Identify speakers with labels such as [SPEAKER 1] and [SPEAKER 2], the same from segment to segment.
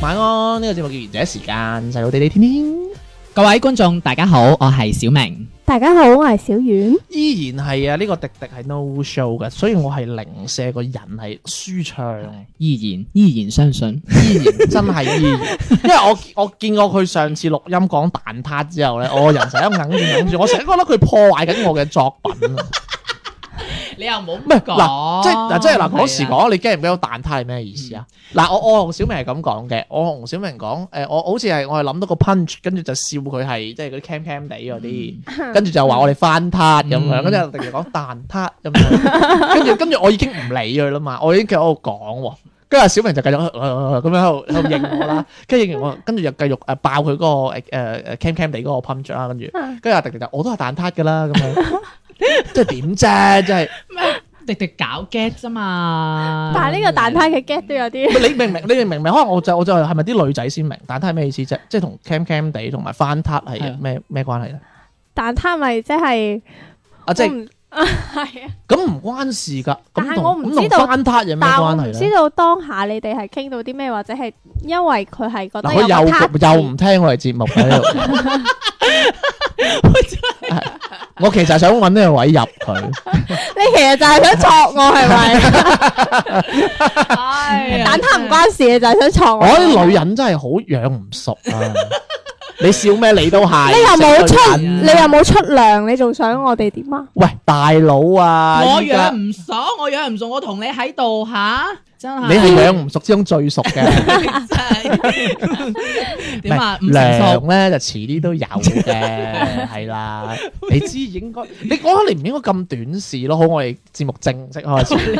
[SPEAKER 1] 晚安。呢、個節目叫賢者時間，細佬地地天天，
[SPEAKER 2] 各位觀眾，大家好，我係小明。
[SPEAKER 3] 大家好，我係小婉。
[SPEAKER 1] 依然係啊！呢、個迪迪係 no show 嘅，所以我係零舍個人係舒暢，
[SPEAKER 2] 依然依然相信，
[SPEAKER 1] 依然真係依然。因為我我見過佢上次錄音講蛋撻之後咧，我個人成日硬住硬住，我成日覺得佢破壞緊我嘅作品啊。
[SPEAKER 2] 你又冇
[SPEAKER 1] 唔係 嗱，即係嗱，即
[SPEAKER 2] 啊
[SPEAKER 1] 係嗱，嗰時講你驚唔驚蛋撻係咩意思啊？嗱，我我同小明係咁講嘅，我同小明講，誒，我好似係我係諗到個 punch，跟住就笑佢係即係嗰啲 cam cam 地嗰啲，跟住就話我哋翻撻咁樣，
[SPEAKER 2] 嗯
[SPEAKER 1] 跟住突然講蛋撻咁樣，跟住跟住我已經唔理佢啦嘛，我已經繼續喺度講喎。跟住阿小明就繼續呃咁樣喺度喺度應我啦，跟住應完我，跟住又繼續誒爆佢嗰個誒誒誒 cam cam 地嗰個 punch 啦，跟住跟住阿迪迪就我都係蛋撻噶啦咁樣， 即係點啫？即係。
[SPEAKER 2] 迪迪搞 get 啫嘛。
[SPEAKER 3] 但係呢個蛋撻
[SPEAKER 1] 嗯
[SPEAKER 3] 嘅 get 都有啲，
[SPEAKER 1] 你明唔明？你明唔明？可能我就我就係咪啲女仔先明？蛋撻係咩意思啫？即係同 cam cam 地同埋翻撻
[SPEAKER 2] 係啊
[SPEAKER 1] 係咩咩關係咧？
[SPEAKER 3] 蛋撻咪即係
[SPEAKER 1] 啊，即
[SPEAKER 3] 我
[SPEAKER 1] 係
[SPEAKER 3] 唔 係啊，
[SPEAKER 1] 咁唔關事㗎。
[SPEAKER 3] 但
[SPEAKER 1] 咁
[SPEAKER 3] 係我
[SPEAKER 1] 同
[SPEAKER 3] 唔
[SPEAKER 1] 咁
[SPEAKER 3] 知
[SPEAKER 1] 同
[SPEAKER 3] 道
[SPEAKER 1] 翻撻有咩
[SPEAKER 3] 但我
[SPEAKER 1] 關
[SPEAKER 3] 唔
[SPEAKER 1] 係
[SPEAKER 3] 知
[SPEAKER 1] 咧？
[SPEAKER 3] 道當下你哋係傾到啲咩，或者係因為佢係覺
[SPEAKER 1] 嗱，
[SPEAKER 3] 得
[SPEAKER 1] 佢
[SPEAKER 3] 有個
[SPEAKER 1] 又
[SPEAKER 3] touch
[SPEAKER 1] 又唔聽我哋節目 喺度。係我其實想揾呢個位 入佢，
[SPEAKER 3] 你其實就係想戳我係 咪？
[SPEAKER 2] 唉
[SPEAKER 3] 蛋撻唔關事，你就係想戳
[SPEAKER 1] 我
[SPEAKER 3] 我。
[SPEAKER 1] 啲女人真係好養唔熟啊！你笑咩？你都啊係
[SPEAKER 3] 你又冇
[SPEAKER 1] 識
[SPEAKER 3] 出，
[SPEAKER 1] 女人
[SPEAKER 3] 你又冇出糧，你仲想我哋點啊？
[SPEAKER 1] 喂大佬啊！
[SPEAKER 2] 我
[SPEAKER 1] 依家
[SPEAKER 2] 養唔爽，我養唔熟，我同你喺度吓，真係
[SPEAKER 1] 你係養唔熟之中最熟嘅。
[SPEAKER 2] 真係點啊？唔成熟
[SPEAKER 1] 量咧就遲啲都有 嘅，係啦。你知應該，你講得你唔應該咁短視咯。好，我哋節目正式開 始。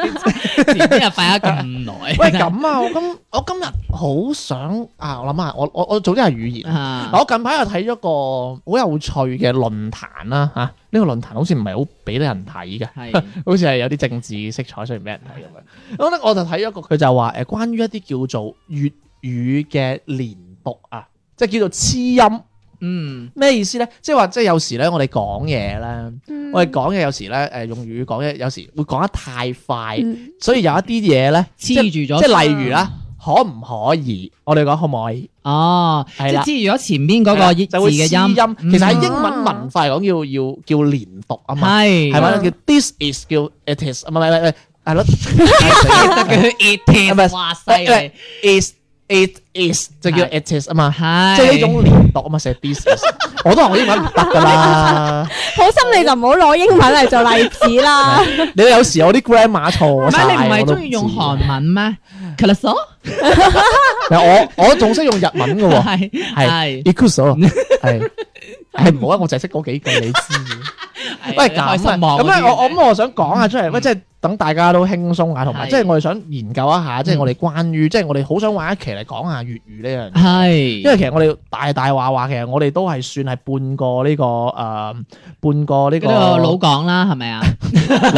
[SPEAKER 2] 點解快咗咁耐？
[SPEAKER 1] 喂，咁啊，我今我今日好想啊，我諗下，我我我總之係語言。
[SPEAKER 2] 啊
[SPEAKER 1] 嗱我近排又睇咗個好有趣嘅論壇啦嚇，呢、個論壇好似唔係好俾得人睇嘅，
[SPEAKER 2] 係
[SPEAKER 1] 好似係有啲政治色彩，所以唔俾人睇咁樣。咁咧我就睇咗一個，佢就話誒關於一啲叫做粵語嘅連讀啊，即係叫做黐音。
[SPEAKER 2] 嗯
[SPEAKER 1] 咩意思咧？即係話，即係有時咧，我哋講嘢咧，
[SPEAKER 3] 嗯
[SPEAKER 1] 我哋講嘢有時咧，誒用粵語講嘢，有時會講得太快，
[SPEAKER 3] 嗯
[SPEAKER 1] 所以有一啲嘢咧，即係
[SPEAKER 2] 黐住咗啊
[SPEAKER 1] 即係例如啦，可唔可以？我哋講可唔可以？
[SPEAKER 2] 哦，即
[SPEAKER 1] 係啦
[SPEAKER 2] 係黐住咗前邊嗰
[SPEAKER 1] 係啦
[SPEAKER 2] 個字
[SPEAKER 1] 就會
[SPEAKER 2] 嘅
[SPEAKER 1] 黐
[SPEAKER 2] 音，
[SPEAKER 1] 其實喺
[SPEAKER 3] 嗯
[SPEAKER 1] 英文文化嚟講，要要叫連讀啊嘛，
[SPEAKER 2] 係
[SPEAKER 1] 係咪？
[SPEAKER 3] 嗯
[SPEAKER 1] 叫 this is 叫 it is，唔係唔係唔係，係咯
[SPEAKER 2] 佢 it
[SPEAKER 1] 係咪
[SPEAKER 2] is，哇犀利，
[SPEAKER 1] ，is it is 就叫
[SPEAKER 2] 係
[SPEAKER 1] it is 啊嘛，
[SPEAKER 2] 係
[SPEAKER 1] 即係呢種連讀啊嘛，寫 this is，我都學英文唔得㗎啦。
[SPEAKER 3] 好心你就唔好攞英文嚟做例子 啦。
[SPEAKER 1] 你有時有啲 grammar
[SPEAKER 2] 唔
[SPEAKER 1] 錯晒，
[SPEAKER 2] 係你唔係
[SPEAKER 1] 我都
[SPEAKER 2] 中意用
[SPEAKER 1] 知
[SPEAKER 2] 韓文咩 c o l o s o
[SPEAKER 1] 嗱，我我仲識用日文嘅喎，
[SPEAKER 2] 係
[SPEAKER 1] 係
[SPEAKER 2] 係
[SPEAKER 1] ikuso 係係唔好啊！我就係識嗰幾句，你 知。喂，咁啊
[SPEAKER 2] 開心望
[SPEAKER 1] 咁
[SPEAKER 2] 嗰啲
[SPEAKER 1] 咧，我我咁我想講下出嚟，喂，即係等大家都輕鬆下，同埋
[SPEAKER 2] 係
[SPEAKER 1] 即係我哋想研究一下，即係我哋關於即係我哋好想玩一期嚟講下粵語呢樣嘢。因
[SPEAKER 2] 係
[SPEAKER 1] 為其實我哋大大話話，其實我哋都係算係半個呢個誒，半個呢
[SPEAKER 2] 呢個老
[SPEAKER 1] 個
[SPEAKER 2] 講啦，係咪 啊？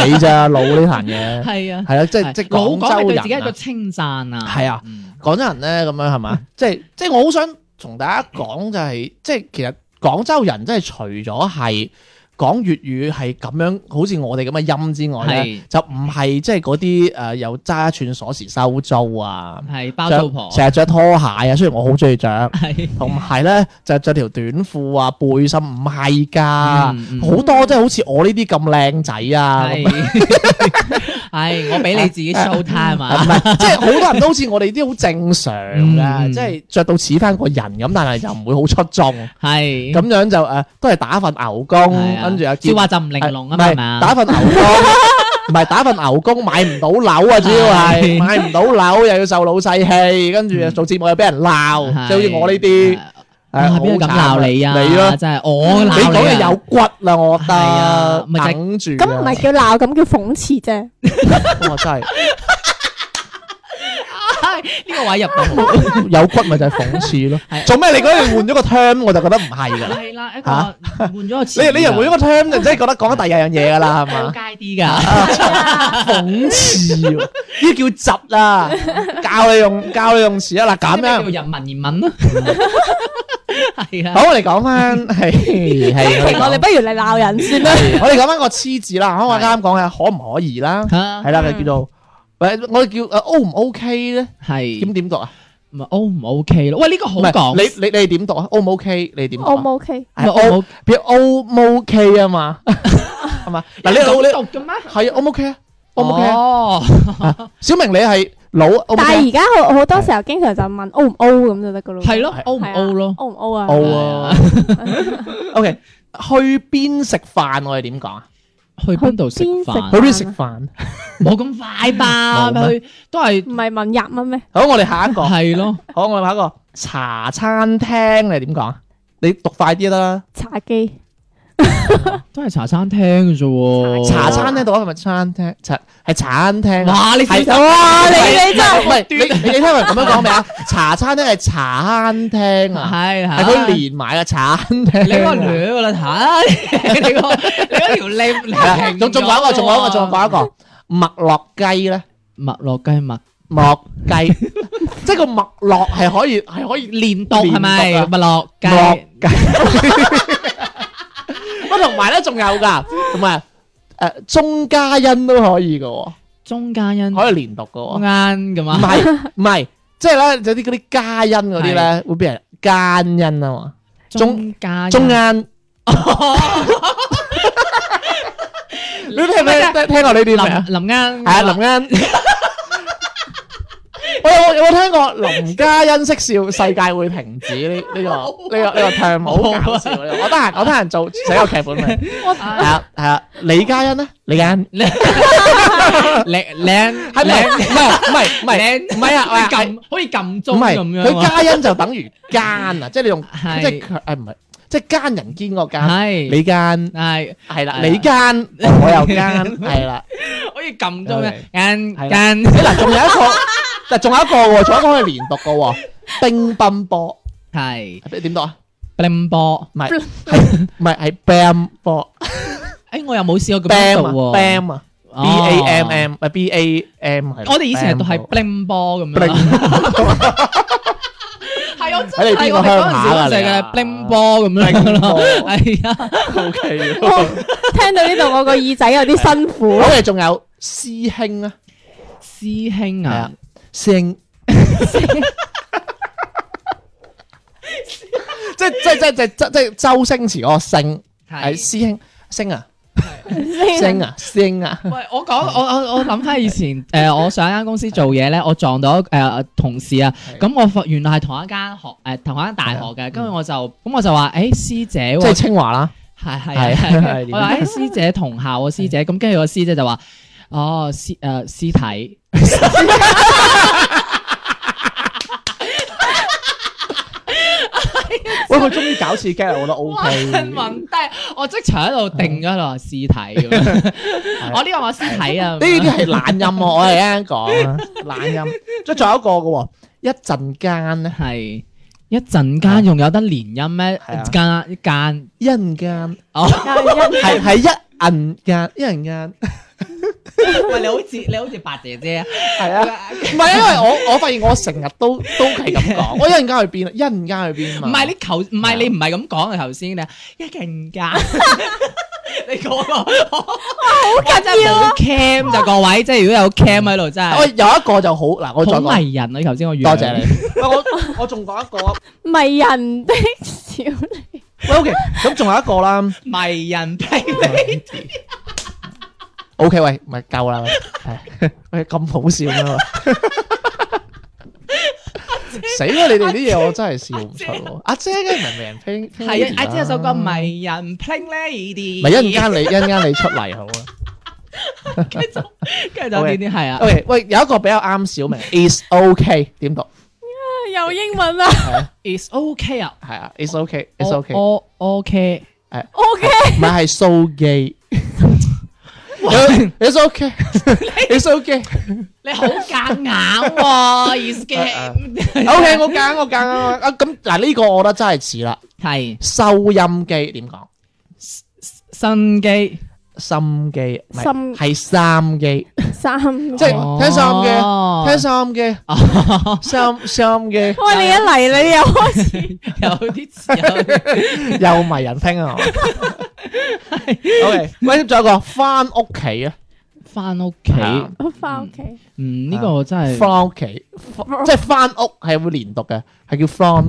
[SPEAKER 1] 你咋老呢壇嘢
[SPEAKER 2] 係啊，
[SPEAKER 1] 係啦，即係
[SPEAKER 2] 係
[SPEAKER 1] 即係
[SPEAKER 2] 老講係
[SPEAKER 1] 廣
[SPEAKER 2] 對自
[SPEAKER 1] 州
[SPEAKER 2] 己一
[SPEAKER 1] 人啊
[SPEAKER 2] 個稱讚啊，
[SPEAKER 1] 係啊
[SPEAKER 2] 嗯，
[SPEAKER 1] 廣州人咧咁樣係 嘛？即係即係我好想同大家講就係、即係其實廣州人真係除咗係講粵語係咁樣，好似我哋咁嘅音之外咧
[SPEAKER 2] 係，
[SPEAKER 1] 就唔係即係嗰啲誒又揸一串鎖匙收租啊，
[SPEAKER 2] 係包租婆，
[SPEAKER 1] 成日着拖鞋啊，雖然我好中意着，
[SPEAKER 2] 係
[SPEAKER 1] 同埋咧就着條短褲啊背心，唔係㗎。
[SPEAKER 2] 嗯嗯
[SPEAKER 1] 好多即係好似我呢啲咁靚仔啊，咁
[SPEAKER 2] 係 係我俾你 自己 show time
[SPEAKER 1] 啊
[SPEAKER 2] 啊
[SPEAKER 1] 唔，係，即係好多人都好似我哋啲好正常
[SPEAKER 2] 嗯
[SPEAKER 1] 嘅，即係着到似翻個人咁，但係就唔會好出眾，
[SPEAKER 2] 係
[SPEAKER 1] 咁樣就誒都係打份牛
[SPEAKER 2] 係
[SPEAKER 1] 工，
[SPEAKER 2] 啊
[SPEAKER 1] 跟住又
[SPEAKER 2] 照
[SPEAKER 1] 叫
[SPEAKER 2] 話就唔玲瓏啊
[SPEAKER 1] 唔係
[SPEAKER 2] 嘛，
[SPEAKER 1] 打份牛工， 唔係打份牛工買唔到 樓啊，主要係
[SPEAKER 2] 係
[SPEAKER 1] 買唔到樓又要受老細氣，跟住做節目又俾人鬧，即係好似我呢啲，
[SPEAKER 2] à.
[SPEAKER 1] 唉
[SPEAKER 2] 啊，边个咁
[SPEAKER 1] 好慘
[SPEAKER 2] 鬧你啊？
[SPEAKER 1] 你咯，
[SPEAKER 2] 真係我
[SPEAKER 1] 你
[SPEAKER 2] 鬧
[SPEAKER 1] 講
[SPEAKER 2] 啊
[SPEAKER 1] 嘢有骨啦，我覺
[SPEAKER 2] 係啊
[SPEAKER 1] 得，
[SPEAKER 2] 咪就係
[SPEAKER 1] 等住啊，
[SPEAKER 3] 咁唔係叫鬧，咁叫諷刺啫。
[SPEAKER 1] 哇真係
[SPEAKER 2] 呢個位入到好。
[SPEAKER 1] 有骨咪就係諷刺咯
[SPEAKER 2] 係。
[SPEAKER 1] 做咩你嗰日換咗個 term 我就覺得唔係㗎啦，
[SPEAKER 2] 係啦，一個
[SPEAKER 1] 嚇
[SPEAKER 2] 換咗個詞㗎，
[SPEAKER 1] 你你人換咗個 term 就真係覺得講緊第二樣嘢㗎啦，係
[SPEAKER 2] 高
[SPEAKER 1] 嘛？
[SPEAKER 2] 階啲㗎。
[SPEAKER 1] 諷刺喎，呢啲叫窒啦，教你用教你用詞啊嗱咁
[SPEAKER 2] 咩
[SPEAKER 1] 樣
[SPEAKER 2] 叫。人民言文 咯？係啊，
[SPEAKER 1] 好，我哋講 翻係係
[SPEAKER 3] 其實我哋不如嚟鬧人先啦。
[SPEAKER 1] 我哋講翻個黐字啦，我啱啱講嘅可唔可以啦，
[SPEAKER 2] 嚇
[SPEAKER 1] 係啦，
[SPEAKER 3] 嗯
[SPEAKER 1] 就叫做喂，我哋叫誒 O 唔 OK 咧？
[SPEAKER 2] 係
[SPEAKER 1] 點點讀啊？
[SPEAKER 2] 唔係 O 唔 OK 咯？喂，呢個好
[SPEAKER 1] 唔係
[SPEAKER 2] 講，
[SPEAKER 1] 你你你哋點讀啊？O 唔 OK？你哋點讀
[SPEAKER 3] 我
[SPEAKER 1] 啊？
[SPEAKER 3] 冇 OK，
[SPEAKER 2] 唔係
[SPEAKER 1] 係
[SPEAKER 2] O 唔
[SPEAKER 1] O，譬如 O 唔 OK 啊嘛， 係嘛？嗱，你老你
[SPEAKER 2] 讀嘅咩
[SPEAKER 1] 係 O 唔 OK 啊？O 唔 OK？
[SPEAKER 2] 哦，
[SPEAKER 1] 小明你係老 O 啊唔
[SPEAKER 3] 但
[SPEAKER 1] OK
[SPEAKER 3] 係而家好好多時候經常就問 O 唔 O 咁就得噶咯。
[SPEAKER 2] 係咯
[SPEAKER 1] 係
[SPEAKER 2] ，O 唔
[SPEAKER 3] à.
[SPEAKER 2] O 咯？
[SPEAKER 3] ，O 唔 O 啊？
[SPEAKER 1] ？O 啊 ？OK，去邊食飯我哋點講啊？
[SPEAKER 2] 去邊度
[SPEAKER 3] 去
[SPEAKER 2] 食
[SPEAKER 3] 邊食
[SPEAKER 1] 去
[SPEAKER 2] 飯？
[SPEAKER 1] 邊食飯？
[SPEAKER 2] 冇咁快吧？
[SPEAKER 1] 冇咩
[SPEAKER 2] 去都係
[SPEAKER 3] 唔係問廿蚊咩？
[SPEAKER 1] 好，我哋下一個。
[SPEAKER 2] 係咯，
[SPEAKER 1] 好，我哋下一個茶餐廳你點講啊？你讀快啲啦。
[SPEAKER 3] 茶記
[SPEAKER 2] 都係茶餐廳嘅啫喎。
[SPEAKER 1] 茶餐廳到底係咪餐廳？茶係餐廳啊。
[SPEAKER 2] 哇！你
[SPEAKER 1] 係
[SPEAKER 3] 哇你
[SPEAKER 1] 係
[SPEAKER 3] 你真係
[SPEAKER 1] 唔係你你你聽人咁樣講未啊？茶餐廳係茶餐廳啊，
[SPEAKER 2] 係
[SPEAKER 1] 係佢連埋嘅茶餐廳啊。
[SPEAKER 2] 你嗰個女噶啦，睇你個你嗰條 脷
[SPEAKER 1] 係啊
[SPEAKER 2] 你
[SPEAKER 1] 仲仲講一個，仲講一個，仲講一個麥樂雞咧，
[SPEAKER 2] 麥樂雞麥
[SPEAKER 1] 麥雞，即係個麥樂係可以係可以
[SPEAKER 2] 連讀
[SPEAKER 1] 讀
[SPEAKER 2] 係咪？
[SPEAKER 1] 連
[SPEAKER 2] 麥樂
[SPEAKER 1] 麥
[SPEAKER 2] 雞
[SPEAKER 1] 雞。 乜同埋咧，仲有㗎，同埋誒鐘嘉欣都可以嘅喎。
[SPEAKER 2] 中間音
[SPEAKER 1] 可以連讀嘅喎，唔
[SPEAKER 2] 啱咁啊，
[SPEAKER 1] 係唔係，即係咧有啲嗰啲加音嗰啲咧，會俾人奸音啊嘛，中
[SPEAKER 2] 間
[SPEAKER 1] 中間。你聽唔聽聽聽過呢啲
[SPEAKER 2] 林
[SPEAKER 1] 未啊？
[SPEAKER 2] 林啱
[SPEAKER 1] 係啊，林恩。 我有有冇聽過林嘉欣識笑，世界會停止呢呢個
[SPEAKER 2] 啊
[SPEAKER 1] 呢個呢個 term 好搞笑呢個我得閒我得閒做寫個劇本 嚟。係
[SPEAKER 2] 啊
[SPEAKER 1] 啊係啊，李嘉欣咧，李嘉欣
[SPEAKER 2] 靚靚
[SPEAKER 1] 係咪？唔係唔係唔係。
[SPEAKER 2] 靚
[SPEAKER 1] 唔係啊唔係啊
[SPEAKER 2] 撳好似撳
[SPEAKER 1] 唔
[SPEAKER 2] 鐘
[SPEAKER 1] 係，
[SPEAKER 2] 咁樣
[SPEAKER 1] 佢
[SPEAKER 2] 啊，
[SPEAKER 1] 加音就等於奸啊，即係你用
[SPEAKER 2] 係
[SPEAKER 1] 即係強誒唔係，即係奸人堅嗰個奸，
[SPEAKER 2] 係
[SPEAKER 1] 你奸
[SPEAKER 2] 係
[SPEAKER 1] 係啦，
[SPEAKER 2] 係啦
[SPEAKER 1] 你奸我又 奸係啦。
[SPEAKER 2] 好似撳鐘嘅
[SPEAKER 1] Okay
[SPEAKER 2] 間
[SPEAKER 1] 係啦
[SPEAKER 2] 間
[SPEAKER 1] 誒嗱，仲有一個，嗱仲有一個喎，仲有一個可以連讀嘅喎，乒乓波
[SPEAKER 2] 係
[SPEAKER 1] 點讀啊？
[SPEAKER 2] 乒波。
[SPEAKER 1] 唔係 係唔係係 bam 波
[SPEAKER 2] 誒，哎我又冇試過咁
[SPEAKER 1] bam
[SPEAKER 2] 樣讀
[SPEAKER 1] 啊
[SPEAKER 2] 喎。
[SPEAKER 1] bam 啊
[SPEAKER 2] 哦
[SPEAKER 1] b à? a m m 啊 b a m 係啦
[SPEAKER 2] 我哋以前係讀
[SPEAKER 1] bam
[SPEAKER 2] 係
[SPEAKER 1] 波
[SPEAKER 2] bling 波咁 樣啦。
[SPEAKER 1] Bling-
[SPEAKER 2] 係我
[SPEAKER 1] 你
[SPEAKER 2] 真
[SPEAKER 1] 邊
[SPEAKER 2] 係
[SPEAKER 1] 個
[SPEAKER 2] 我哋嗰
[SPEAKER 1] 鄉下㗎
[SPEAKER 2] 陣時
[SPEAKER 1] 你
[SPEAKER 2] 就
[SPEAKER 1] 啊
[SPEAKER 2] 係 bling 波咁樣
[SPEAKER 1] bling
[SPEAKER 2] 咯。
[SPEAKER 1] 波
[SPEAKER 2] 係啊，
[SPEAKER 1] OK
[SPEAKER 3] 哦
[SPEAKER 1] 喎。
[SPEAKER 3] 聽到呢度，我個耳仔有啲辛 苦
[SPEAKER 1] 我。哋仲有師兄啊，
[SPEAKER 2] 師兄
[SPEAKER 1] 係
[SPEAKER 2] 啊
[SPEAKER 1] 啊，，師兄。即即即即即即周星馳嗰個星係
[SPEAKER 2] 係。
[SPEAKER 1] 師兄星啊星啊星啊，
[SPEAKER 2] 喂，我講我我我諗翻以前 誒、呃我上一間公司做嘢咧，我撞到誒、呃同事啊，
[SPEAKER 1] 係啊嗯
[SPEAKER 2] 咁我發原來係同一間學誒、呃同一間大學嘅，跟住我就咁我就話誒、欸、師姐
[SPEAKER 1] 即
[SPEAKER 2] 喎
[SPEAKER 1] 係，清華啦，
[SPEAKER 2] 係係
[SPEAKER 1] 係
[SPEAKER 2] 係
[SPEAKER 1] 係
[SPEAKER 2] 係我話誒師姐同校啊師姐，咁跟住個師姐就話哦師誒屍體。
[SPEAKER 1] 喂佢終於搞刺激啦，我覺得 O
[SPEAKER 2] 哇！暈
[SPEAKER 1] K。
[SPEAKER 2] 低，我即場喺度定咗喺度屍 體咁 樣，我呢個話屍體啊，
[SPEAKER 1] 呢啲係懶音喎，我係啱講啊，懶音。即仲有一個嘅喎，一陣間咧，
[SPEAKER 2] 係一陣間仲有得連音咩
[SPEAKER 1] 係啊？
[SPEAKER 2] 間間
[SPEAKER 1] 一陣間
[SPEAKER 2] 哦。
[SPEAKER 1] 係係一陣間一陣間
[SPEAKER 2] 喂，你好似你好似白姐姐，
[SPEAKER 1] 係啊。唔係，因為我我發現我成日都都係咁講，我一陣間去邊啊，一陣間去邊
[SPEAKER 2] 唔
[SPEAKER 1] 嘛。
[SPEAKER 2] 係你頭唔係你唔係咁講啊頭先啊，一 陣間你嗰個好緊要 cam 就各位，即係如果有 cam 喺度真
[SPEAKER 1] 我
[SPEAKER 2] 係
[SPEAKER 1] 有一個就好嗱，我再
[SPEAKER 2] 好
[SPEAKER 1] 講，
[SPEAKER 2] 迷人啊！頭先我
[SPEAKER 1] 多謝你。喂我我仲講一個啊。
[SPEAKER 3] 迷人的小你，
[SPEAKER 1] 喂，OK，咁仲有一個啦。
[SPEAKER 2] 你迷人屁屁，
[SPEAKER 1] OK，喂，咪夠啦，係喂 咁好笑咩？喂死啦！你哋啲嘢我真係笑唔出喎。阿姐梗係唔係名拼，
[SPEAKER 2] 係啊！阿姐有首歌
[SPEAKER 1] 唔
[SPEAKER 2] 迷人 p l a n lady，
[SPEAKER 1] 咪一陣間你一陣間你出嚟好啊。
[SPEAKER 2] 跟住就跟住就呢啲係啊，
[SPEAKER 1] OK，喂，呃有一個比較啱小 明，is OK 點讀？
[SPEAKER 3] 有英文啊
[SPEAKER 1] 係啊，
[SPEAKER 2] is OK 啊
[SPEAKER 1] 係啊，is OK，is OK，唔
[SPEAKER 2] ，O OK，
[SPEAKER 3] ，OK，
[SPEAKER 1] 係係蘇 記，is OK，is OK，OK，
[SPEAKER 2] 你好夾硬 喎，is
[SPEAKER 1] 啊
[SPEAKER 2] OK，
[SPEAKER 1] 我揀我揀啊啊！咁嗱呢個我覺得真係似啦，
[SPEAKER 2] 係
[SPEAKER 1] 收音機點講？
[SPEAKER 2] 新機，
[SPEAKER 1] 心機，唔係
[SPEAKER 3] 心
[SPEAKER 1] 係三機，
[SPEAKER 3] 三，
[SPEAKER 1] 即
[SPEAKER 3] 即
[SPEAKER 1] 係哦聽收音機
[SPEAKER 2] 嘅
[SPEAKER 1] 聽收音機，
[SPEAKER 2] 哦，
[SPEAKER 1] 收收音機
[SPEAKER 3] 喂，你一嚟你又開始，
[SPEAKER 2] 有啲似有啲
[SPEAKER 1] 又迷人聽啊！OK，喂，仲有一個翻屋企啊，
[SPEAKER 2] 翻屋企，
[SPEAKER 1] 係啊
[SPEAKER 3] 我翻屋企，
[SPEAKER 2] 嗯，呢個我真係
[SPEAKER 1] 翻屋企。即係翻屋係會連讀嘅，係叫 from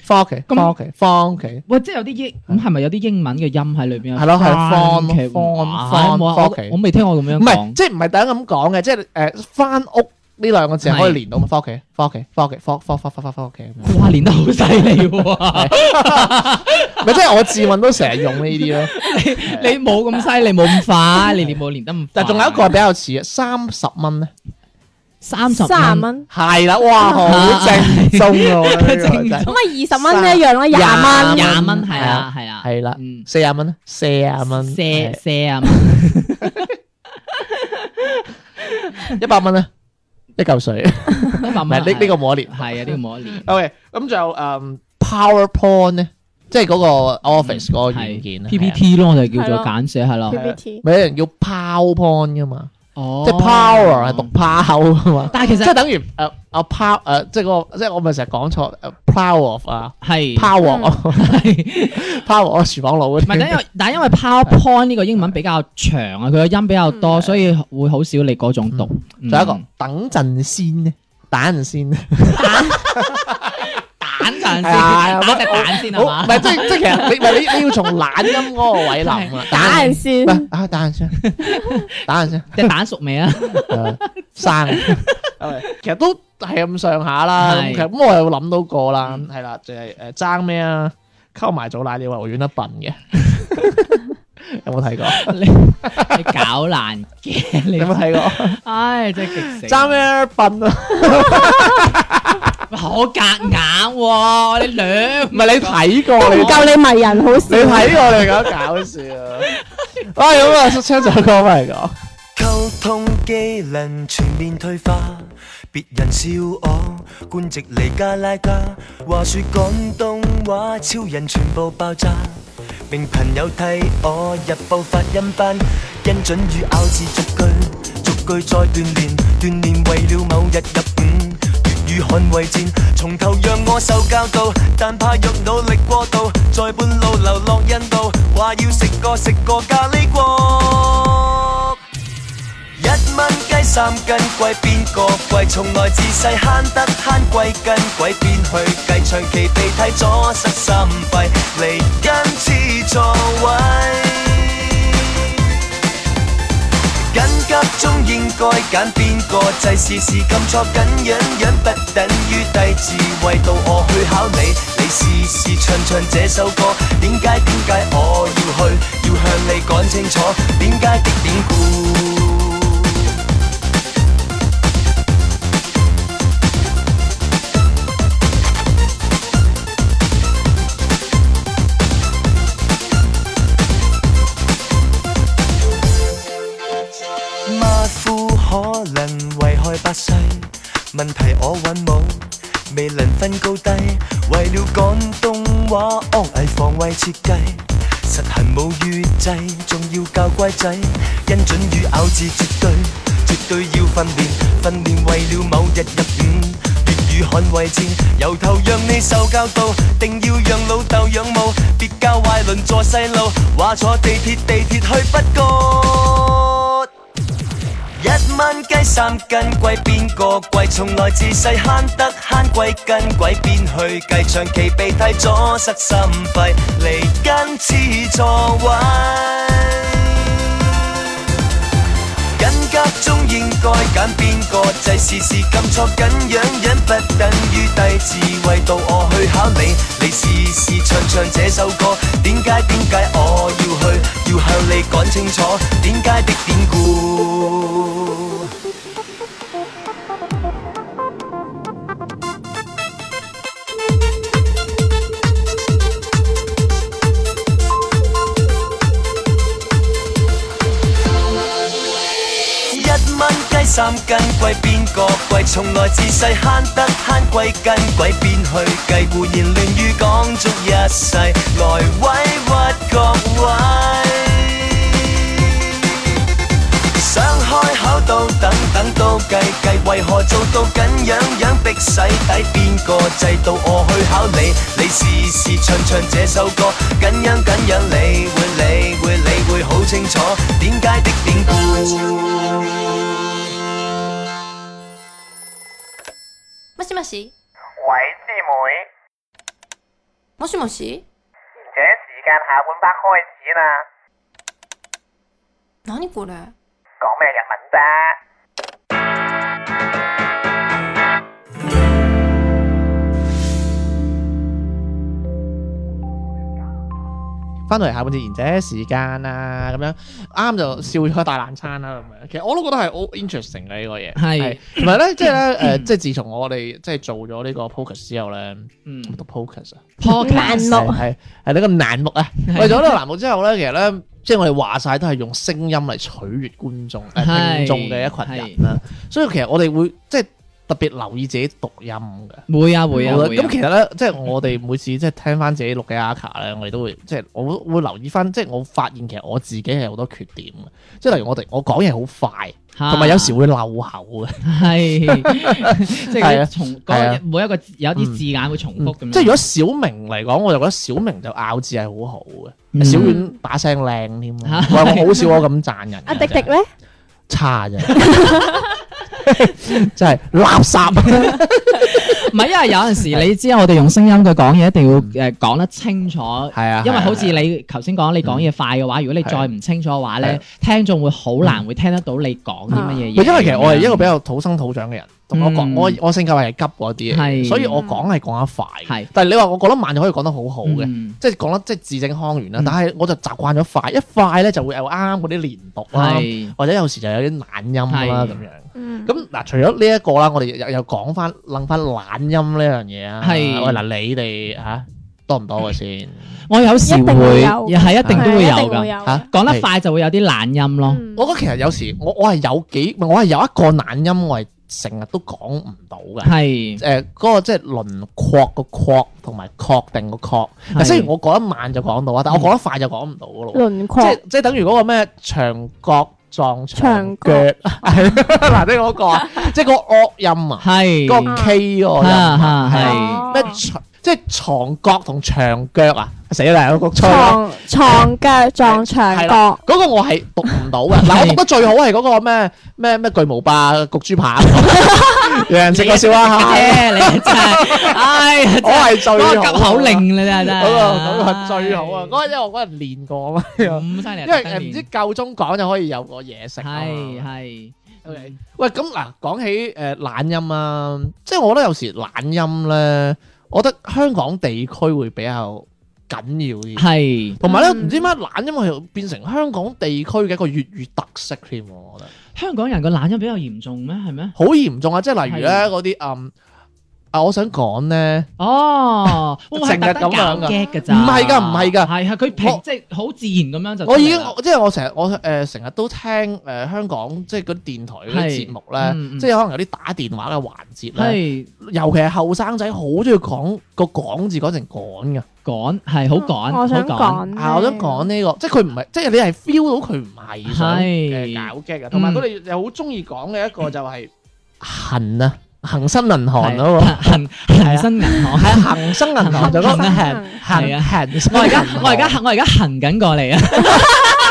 [SPEAKER 1] 翻屋企，翻屋企，翻屋企，
[SPEAKER 2] 喂，即係有啲英咁係咪有啲英文嘅音喺裏邊啊？
[SPEAKER 1] 係咯係
[SPEAKER 2] 翻屋企
[SPEAKER 1] phone，phone，
[SPEAKER 2] 哇
[SPEAKER 1] phone，
[SPEAKER 2] 我
[SPEAKER 1] 翻屋企
[SPEAKER 2] 我未聽過咁樣
[SPEAKER 1] 唔係
[SPEAKER 2] 講，
[SPEAKER 1] 即係唔係大家咁講嘅，即係誒翻屋呢兩個字係可以連到嘛？翻屋企，翻屋企，翻屋企，翻翻翻翻翻屋企咁樣，
[SPEAKER 2] 哇，練得好犀利 喎！
[SPEAKER 1] 咪即係我自問都成日用呢啲咯。
[SPEAKER 2] 你冇咁犀利，冇咁快，你練冇練得咁快。
[SPEAKER 1] 但係仲有一個係比較似嘅，三十蚊咧，
[SPEAKER 2] 三十
[SPEAKER 3] 三十，
[SPEAKER 1] 啊
[SPEAKER 3] 蚊，
[SPEAKER 1] 係啦，哇，好正宗啊！我覺得呢個真
[SPEAKER 2] 正
[SPEAKER 3] 咁
[SPEAKER 1] 係
[SPEAKER 3] 咪二十蚊都一樣啦，
[SPEAKER 1] Dạ
[SPEAKER 3] 廿
[SPEAKER 1] 三
[SPEAKER 3] 蚊，
[SPEAKER 2] 廿蚊係
[SPEAKER 1] Dạ.
[SPEAKER 2] 啊係啊，
[SPEAKER 1] 係啦
[SPEAKER 2] 嗯，
[SPEAKER 1] 四廿蚊啦，四廿蚊，
[SPEAKER 2] 射 射啊！
[SPEAKER 1] 一百蚊咧，一嚿水，唔
[SPEAKER 2] 一百蚊
[SPEAKER 1] 係呢呢個冇得連。
[SPEAKER 2] 係啊，呢個冇得練。
[SPEAKER 1] OK，咁就誒 PowerPoint 咧，即係嗰個
[SPEAKER 2] Ừ,
[SPEAKER 1] Office 嗰個軟件
[SPEAKER 2] 係
[SPEAKER 1] 咧
[SPEAKER 2] PPT 咯，我哋叫
[SPEAKER 3] 係
[SPEAKER 2] 做
[SPEAKER 3] 咯
[SPEAKER 2] 簡寫係咯。
[SPEAKER 3] PPT
[SPEAKER 1] 咪有人叫 PowerPoint 噶嘛，
[SPEAKER 2] 哦，
[SPEAKER 1] 即係 power 係讀 power 噶嘛，
[SPEAKER 2] 但係其
[SPEAKER 1] 即
[SPEAKER 2] 實
[SPEAKER 1] 係等於誒啊 Ờ, power 誒，即係嗰個即係我咪成日講錯誒 ờ, power of 啊
[SPEAKER 2] 係
[SPEAKER 1] power of-
[SPEAKER 2] 係
[SPEAKER 1] power 我廚房佬嗰
[SPEAKER 2] 唔係，
[SPEAKER 1] 啲，
[SPEAKER 2] 因為但係因為 PowerPoint 呢個英文比較長啊，佢個音比較多，所以會好少你嗰種
[SPEAKER 1] Ừ.
[SPEAKER 2] 讀。
[SPEAKER 1] 仲有一個
[SPEAKER 2] 嗯
[SPEAKER 1] 等陣先咧，打陣先咧，
[SPEAKER 2] 蛋陣先，
[SPEAKER 1] 係啊
[SPEAKER 2] 打隻蛋先係
[SPEAKER 1] 好
[SPEAKER 2] 嘛
[SPEAKER 1] 唔？係即係即係其實你唔係你你要從懶音嗰個位 諗啊，
[SPEAKER 3] 打人
[SPEAKER 1] 陣
[SPEAKER 3] 先
[SPEAKER 1] 唔，係啊打陣先，打陣先。
[SPEAKER 2] 隻蛋熟未啊？
[SPEAKER 1] 誒生，其實都係咁上下啦。
[SPEAKER 2] 係
[SPEAKER 1] 咁其實咁我又諗到個啦，係啦，就係誒爭咩啊？溝埋祖奶你話我遠得笨 嘅，有冇睇過？
[SPEAKER 2] 你你搞爛嘅
[SPEAKER 1] 你
[SPEAKER 2] 你
[SPEAKER 1] 有，冇睇過？
[SPEAKER 2] 唉真係激死！
[SPEAKER 1] 爭咩啊笨啊？
[SPEAKER 2] 好夾硬喎，你兩
[SPEAKER 1] 唔係你睇過
[SPEAKER 3] 唔
[SPEAKER 1] 你
[SPEAKER 3] 夠你迷人，好
[SPEAKER 1] 你
[SPEAKER 3] 笑。
[SPEAKER 1] 睇過你咁搞 笑啊！啊咁啊，聽首歌翻嚟講。
[SPEAKER 4] 溝通機能全面退化，別人笑我官籍離家拉家，話說廣東話超人全部爆炸，名朋友替我入報發音班，因準語咬字逐句逐句再鍛鍊，鍛鍊為了某日入伍。粵語捍衛戰，從頭讓我受教導，但怕若努力過度，在半路流落印度，話要食個食個咖喱鍋。一蚊雞三斤貴，邊個貴？從來自細慳得慳貴斤貴，邊去計？長期被睇咗失心肺，離根黐座位。緊急中應該揀邊個制？事事咁錯緊，忍忍不等於低智慧。到我去考你，你試試唱唱這首歌。點解點解我要去？要向你講清楚，點解的典故。馬夫可能危害百世，問題我揾冇，未能分高低。為了廣東話安危防衞設計，實行冇預製，仲要教乖仔，因準與咬字絕對，絕對要訓練，訓練為了某日入伍。粵語捍衛戰，由頭讓你受教導，定要讓老豆仰慕，別教壞鄰座細路，話坐地鐵地鐵去不過。一蚊雞三斤貴，邊個貴？從來自細慳得慳貴斤貴，邊去計？長期被睇咗塞心肺，離根黐座位。緊急中應該揀邊個制？事事咁錯緊樣樣，不等於低智慧。到我去考你，你試試唱唱這首歌。點解點解我要去？要向向你講清楚，點解的典故。一蚊雞三斤貴，邊個貴？從來自細慳得慳貴斤，鬼邊去計？胡言亂語講足一世，來委屈各位。想開口到等等都計計，為何做到緊樣樣逼使底？邊個制到我去考你？你試試唱唱這首歌，緊樣緊樣，你會你會你會好清楚點解的典故。
[SPEAKER 5] もしもし
[SPEAKER 6] 喂，師妹，
[SPEAKER 5] もしもし
[SPEAKER 6] 而且時間下半 part 開始啦，
[SPEAKER 5] 何これ
[SPEAKER 6] 講咩日文啫？
[SPEAKER 1] 翻到嚟下半節賢者時間啊，咁樣啱就笑咗一大爛餐啦咁樣。其實我都覺得係好 interesting 嘅呢個嘢，
[SPEAKER 2] 係
[SPEAKER 1] 同埋咧，即係咧誒， 即係自從我哋即係做咗呢個 focus 之後咧，
[SPEAKER 2] 嗯
[SPEAKER 1] 讀 focus 啊，
[SPEAKER 3] 難
[SPEAKER 2] ，podcast
[SPEAKER 3] 錄
[SPEAKER 1] 係係呢個欄目啊。為咗呢個欄目之後咧，其實咧。即係我哋話晒都係用聲音嚟取悦觀眾、誒
[SPEAKER 2] 係
[SPEAKER 1] 聽眾嘅一群人啦，所以其實我哋會即係特別留意自己讀音嘅。
[SPEAKER 2] 會啊會啊
[SPEAKER 1] 好啦
[SPEAKER 2] 會啊
[SPEAKER 1] 咁其實咧，即係我哋每次即係聽翻自己錄嘅 a 卡咧，我哋都會即係我會留意翻，即係我發現其實我自己係有好多缺點嘅，即係例如我哋我講嘢好快，
[SPEAKER 2] 啊
[SPEAKER 1] 同埋有時會 漏口嘅，
[SPEAKER 2] 係，即係
[SPEAKER 1] 係啊
[SPEAKER 2] 嗰啲重
[SPEAKER 1] 啊係啊
[SPEAKER 2] 嗰每一個有啲字眼會重
[SPEAKER 1] 嗯
[SPEAKER 2] 複咁樣。
[SPEAKER 1] 即係如果小明嚟講，我就覺得小明就咬字係好好嘅，
[SPEAKER 2] 嗯
[SPEAKER 1] 小婉把聲靚添啊，
[SPEAKER 2] 係
[SPEAKER 1] 喂我好少我咁讚人嘅，
[SPEAKER 3] 阿迪迪
[SPEAKER 1] 真係
[SPEAKER 3] 咧，
[SPEAKER 1] 差啫， 真係垃 圾，啊
[SPEAKER 2] 唔係，因為有陣時你知啊我哋用聲音佢講嘢一定要誒講得清楚，
[SPEAKER 1] 嗯係啊，
[SPEAKER 2] 因為
[SPEAKER 1] 係啊
[SPEAKER 2] 好似你頭先講你講嘢快嘅話，如果你
[SPEAKER 1] 係
[SPEAKER 2] 再唔清楚嘅話
[SPEAKER 1] 係
[SPEAKER 2] 咧，聽眾會好難會聽得到你講啲乜嘢
[SPEAKER 1] 唔
[SPEAKER 2] 嘢。
[SPEAKER 1] 係因為其實我係一個比較土生土長嘅人，同我講
[SPEAKER 2] 嗯
[SPEAKER 1] 我我性格係急嗰啲嘅，
[SPEAKER 2] 係
[SPEAKER 1] 所以我講係講得快嘅
[SPEAKER 2] 係。
[SPEAKER 1] 但係你話我講得慢就可以講得好好嘅，
[SPEAKER 2] 嗯
[SPEAKER 1] 即係講得即係字正腔圓啦
[SPEAKER 2] 嗯。
[SPEAKER 1] 但係我就習慣咗快，一快咧就會有啱啱嗰啲連讀啦，
[SPEAKER 2] 係
[SPEAKER 1] 或者有時就有啲懶音啦
[SPEAKER 2] 係
[SPEAKER 1] 咁樣。
[SPEAKER 3] 嗯，
[SPEAKER 1] 咁嗱，除咗呢一個啦，我哋又又講翻楞翻懶音呢樣嘢啊。
[SPEAKER 2] 係
[SPEAKER 1] 喂嗱，你哋嚇多唔多嘅先
[SPEAKER 2] 我有時
[SPEAKER 3] 一定會
[SPEAKER 2] 會
[SPEAKER 3] 有
[SPEAKER 2] 係一定都會有
[SPEAKER 3] 係一定會
[SPEAKER 2] 㗎，
[SPEAKER 3] 有
[SPEAKER 1] 嚇
[SPEAKER 3] 嘅？
[SPEAKER 2] 講得
[SPEAKER 1] 係
[SPEAKER 2] 快就會有啲懶音咯。
[SPEAKER 3] 嗯
[SPEAKER 1] 我覺得其實有時我我係有幾，我係有一個懶音，我係成日都講唔到嘅。
[SPEAKER 2] 係
[SPEAKER 1] 誒呃嗰個即係輪廓個廓同埋確定個確。嗱，
[SPEAKER 2] 係嗯
[SPEAKER 1] 雖然我講得慢就講到啊，但我講得快就講唔到噶咯。
[SPEAKER 3] 輪廓
[SPEAKER 1] 即係即係等於嗰個咩長角撞長
[SPEAKER 3] 長
[SPEAKER 1] 腳，係 嗱呢個嗰個啊，即係個惡音啊，
[SPEAKER 2] 係
[SPEAKER 1] 嗰個 K 嗰個音啊
[SPEAKER 2] 啊係
[SPEAKER 3] 哦
[SPEAKER 1] 咩長即係床角同長腳啊，死啦！我局錯咗。
[SPEAKER 3] 床床腳撞
[SPEAKER 1] 係
[SPEAKER 3] 牆
[SPEAKER 1] 啦
[SPEAKER 3] 角，
[SPEAKER 1] 啊嗰個我係讀唔到 嘅。嗱，我
[SPEAKER 2] 係
[SPEAKER 1] 讀得最好係嗰個咩咩咩巨無霸焗豬扒， 有人食過笑啊！
[SPEAKER 2] 你 啫，你真係，哎唉，真
[SPEAKER 1] 我
[SPEAKER 2] 係
[SPEAKER 1] 係最
[SPEAKER 2] 嗰
[SPEAKER 1] 好
[SPEAKER 2] 個急口令啦，真係。
[SPEAKER 1] 嗰個嗰個最好啊！嗰日因為我嗰日練過啊嘛，
[SPEAKER 2] 咁犀利啊，
[SPEAKER 1] 因為
[SPEAKER 2] 特登
[SPEAKER 1] 誒唔知
[SPEAKER 2] 練
[SPEAKER 1] 夠鐘講就可以有個嘢食啊
[SPEAKER 2] 係
[SPEAKER 1] 嘛。
[SPEAKER 2] 係
[SPEAKER 1] OK，喂，咁嗱，講起誒懶音啊，即係我覺得有時懶音咧，我覺得香港地區會比較緊要啲。
[SPEAKER 2] 係
[SPEAKER 1] 同埋咧，
[SPEAKER 3] 嗯
[SPEAKER 1] 唔知點解懶音係變成香港地區嘅一個粵語特色添喎，我覺得
[SPEAKER 2] 香港人個懶音比較嚴重咩？係咩？
[SPEAKER 1] 好嚴重啊！即係例如咧嗰啲嗯啊，我想講咧，
[SPEAKER 2] 哦，會唔會係特登
[SPEAKER 1] 成日咁樣㗎
[SPEAKER 2] 搞 gag 㗎咋？
[SPEAKER 1] 唔係㗎唔係㗎
[SPEAKER 2] 係啊，佢平
[SPEAKER 1] 我
[SPEAKER 2] 即係好自然咁樣就出嚟啦。
[SPEAKER 1] 我已經即係我成日我誒成日都聽誒、呃香港即係嗰啲電台嗰啲節目咧，
[SPEAKER 2] 係嗯嗯
[SPEAKER 1] 即係可能有啲打電話嘅環節咧，
[SPEAKER 2] 係
[SPEAKER 1] 尤其係後生仔好中意講個講字講成趕嘅。
[SPEAKER 2] 趕係好趕，
[SPEAKER 3] 我想
[SPEAKER 2] 好
[SPEAKER 3] 講
[SPEAKER 1] 啊，我想講呢、個，即係佢唔係，即係你係 feel 到佢唔係想
[SPEAKER 2] 係
[SPEAKER 1] 誒搞激嘅，同埋佢哋又好中意講嘅一個就係恒啊，恒生銀行嗰個
[SPEAKER 2] 係恒恒生銀行。
[SPEAKER 1] 係恒生銀行就嗰個
[SPEAKER 2] 恒生
[SPEAKER 1] 恒
[SPEAKER 2] 係
[SPEAKER 1] 恒
[SPEAKER 2] 啊
[SPEAKER 1] 恒生銀行
[SPEAKER 2] 我而家我而家我而家行緊過嚟啊！
[SPEAKER 1] 佢佢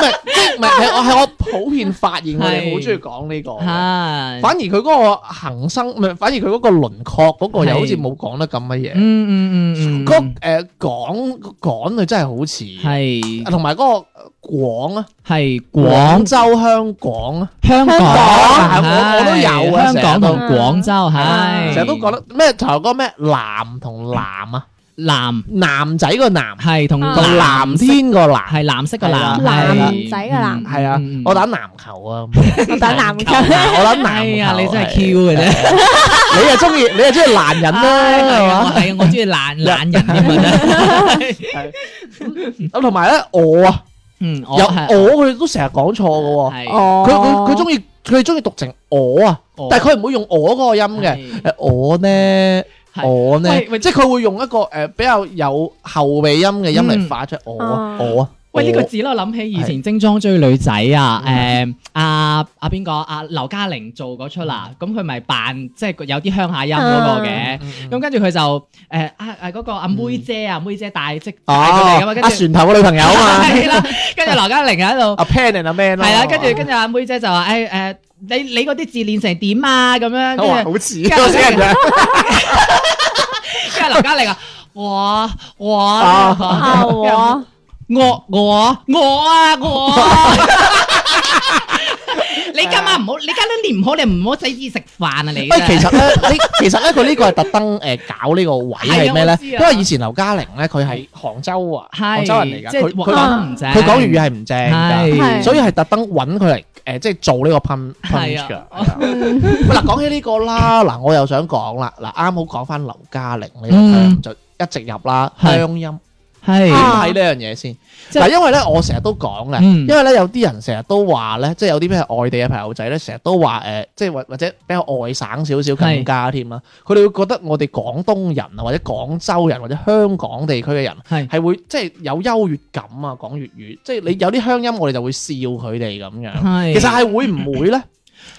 [SPEAKER 1] 咪即係咪係我係我普遍發現佢哋好中意講呢個嘅。
[SPEAKER 2] 係
[SPEAKER 1] 反而佢嗰個恒生唔係，反而佢嗰個輪廓嗰個又好似冇講得咁乜嘢。
[SPEAKER 2] 嗯嗯嗯嗯，
[SPEAKER 1] 嗰誒講講佢真係好似，
[SPEAKER 2] 係
[SPEAKER 1] 同埋嗰個廣啊，
[SPEAKER 2] 係
[SPEAKER 1] 廣
[SPEAKER 2] 廣
[SPEAKER 1] 州香港啊，
[SPEAKER 2] 香港，
[SPEAKER 1] 港
[SPEAKER 2] 係
[SPEAKER 1] 我都有啊
[SPEAKER 2] 香港同
[SPEAKER 3] 成日都
[SPEAKER 2] 廣州係
[SPEAKER 1] 成日都覺得咩頭嗰個咩南同南啊，
[SPEAKER 2] 男
[SPEAKER 1] 男仔個男
[SPEAKER 2] 係同
[SPEAKER 3] 啊
[SPEAKER 1] 同藍天個藍，
[SPEAKER 2] 係藍色個藍，
[SPEAKER 1] 男
[SPEAKER 3] 男仔嘅男
[SPEAKER 1] 係啊
[SPEAKER 2] 嗯，
[SPEAKER 1] 我打籃球啊，
[SPEAKER 3] 我打籃球，
[SPEAKER 1] 我打
[SPEAKER 2] 哎呀，
[SPEAKER 1] 籃球。
[SPEAKER 2] 你真
[SPEAKER 1] 係
[SPEAKER 2] 係
[SPEAKER 1] 啊
[SPEAKER 2] Q 嘅啫，
[SPEAKER 1] 你又中意，你又中意男人
[SPEAKER 2] 係
[SPEAKER 1] 啦，
[SPEAKER 2] 啊我係啊我中意懶懶人添啊真係，
[SPEAKER 1] 係嘛？咁同埋咧，我啊，
[SPEAKER 2] 嗯，我
[SPEAKER 1] 有
[SPEAKER 2] 係
[SPEAKER 1] 我佢都成日講錯嘅喎。
[SPEAKER 2] 係
[SPEAKER 3] 哦，
[SPEAKER 1] 佢佢佢中意佢中意讀成我啊，
[SPEAKER 2] 我
[SPEAKER 1] 但係佢唔會用我嗰個音嘅。
[SPEAKER 2] 係
[SPEAKER 1] 誒我呢，
[SPEAKER 2] 係
[SPEAKER 1] 我呢
[SPEAKER 2] 喂喂，
[SPEAKER 1] 即係佢會用一個誒比較有後尾音嘅音嚟
[SPEAKER 2] 嗯
[SPEAKER 1] 發出我啊
[SPEAKER 3] 啊
[SPEAKER 1] 我啊。
[SPEAKER 2] 喂，呢個
[SPEAKER 1] 我嗯
[SPEAKER 2] 字咧，我諗起以前精裝追女仔啊，誒阿阿邊個阿劉嘉玲做嗰出啦，咁佢咪扮即係有啲鄉下音嗰個嘅，
[SPEAKER 1] 嗯
[SPEAKER 2] 咁跟住佢就誒啊誒嗰個阿妹姐啊，妹姐帶即帶佢哋咁
[SPEAKER 1] 哦
[SPEAKER 2] 啊，，跟
[SPEAKER 1] 阿
[SPEAKER 2] 住
[SPEAKER 1] 船頭個女朋友啊 嘛，
[SPEAKER 2] 係啦，跟住劉嘉玲喺 度
[SPEAKER 1] 阿啊 Pan and 阿 Man 咯，
[SPEAKER 2] 係啦，跟住跟住阿妹姐就話誒誒你你嗰啲字練成點啊咁樣，
[SPEAKER 1] 我話
[SPEAKER 2] 跟住
[SPEAKER 1] 好似我死人嘅，
[SPEAKER 2] 跟住劉嘉玲啊我我
[SPEAKER 3] 啊我
[SPEAKER 2] 我我我啊我。 你今晚唔好，你今晚練唔好，你唔好使意食飯啊！你
[SPEAKER 1] 喂，其實咧，呢其實咧，佢呢個係特登誒搞呢個位係咩
[SPEAKER 2] 係啊我
[SPEAKER 1] 咧？
[SPEAKER 2] 知
[SPEAKER 1] 因
[SPEAKER 2] 啊
[SPEAKER 1] 為以前劉嘉玲咧，佢係杭州啊，杭
[SPEAKER 2] 係
[SPEAKER 1] 州人嚟㗎，
[SPEAKER 2] 即係
[SPEAKER 1] 佢佢
[SPEAKER 2] 講
[SPEAKER 1] 講
[SPEAKER 2] 得唔正，
[SPEAKER 1] 佢講粵語係唔正㗎。
[SPEAKER 3] 係
[SPEAKER 1] 所以係特登揾佢嚟誒，即係做呢個 pun
[SPEAKER 2] 係
[SPEAKER 1] punch 㗎
[SPEAKER 2] 啊。
[SPEAKER 1] 係啊
[SPEAKER 3] 嗯
[SPEAKER 1] 喂嗱，講起呢個啦，嗱，我又想講啦，嗱，啱好講翻劉嘉玲呢個
[SPEAKER 2] 嗯
[SPEAKER 1] term 就一直入啦，
[SPEAKER 2] 係
[SPEAKER 1] 鄉音
[SPEAKER 2] 係
[SPEAKER 1] 點
[SPEAKER 3] 啊
[SPEAKER 1] 睇呢樣嘢先？
[SPEAKER 2] 即係
[SPEAKER 1] 嗱，因為咧，我成日都講嘅，
[SPEAKER 2] 嗯
[SPEAKER 1] 因為咧有啲人成日都話咧，即係有啲咩外地嘅朋友仔咧，成日都話誒，即係或或者比較外省少少更加添啦，佢哋會覺得我哋廣東人啊，或者廣州人或者香港地區嘅人
[SPEAKER 2] 係嗯
[SPEAKER 1] 係會即係有優越感啊，講粵語，即係你有啲鄉音，我哋就會笑佢哋咁樣。
[SPEAKER 2] 係。
[SPEAKER 1] 其實係會唔會 咧？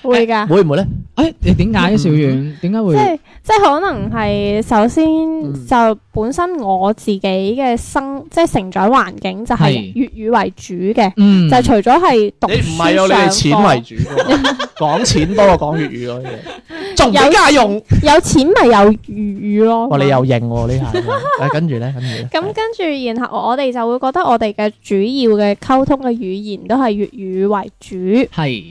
[SPEAKER 3] 會㗎。
[SPEAKER 1] 會唔會咧？
[SPEAKER 2] 誒，哎你點解小遠點解
[SPEAKER 3] 即
[SPEAKER 2] 會
[SPEAKER 3] 係即係可能係首先
[SPEAKER 1] 嗯
[SPEAKER 3] 就本身我自己嘅生即係成長環境就係
[SPEAKER 2] 係
[SPEAKER 3] 粵語為主嘅，
[SPEAKER 2] 嗯
[SPEAKER 3] 就係除咗係讀
[SPEAKER 1] 你唔係啊！
[SPEAKER 3] 書
[SPEAKER 1] 你哋
[SPEAKER 3] 上
[SPEAKER 1] 錢
[SPEAKER 3] 課，
[SPEAKER 1] 為主喎， 講錢多過講粵語嗰啲 嘢，仲唔俾
[SPEAKER 3] 有
[SPEAKER 1] 家用？
[SPEAKER 3] 有錢咪有粵語咯。
[SPEAKER 1] 哇！你又認喎呢下嘢，誒跟住咧，跟住咧
[SPEAKER 3] 咁跟住，然後我哋就會覺得我哋嘅主要嘅溝通嘅語言都係粵語為主。
[SPEAKER 2] 係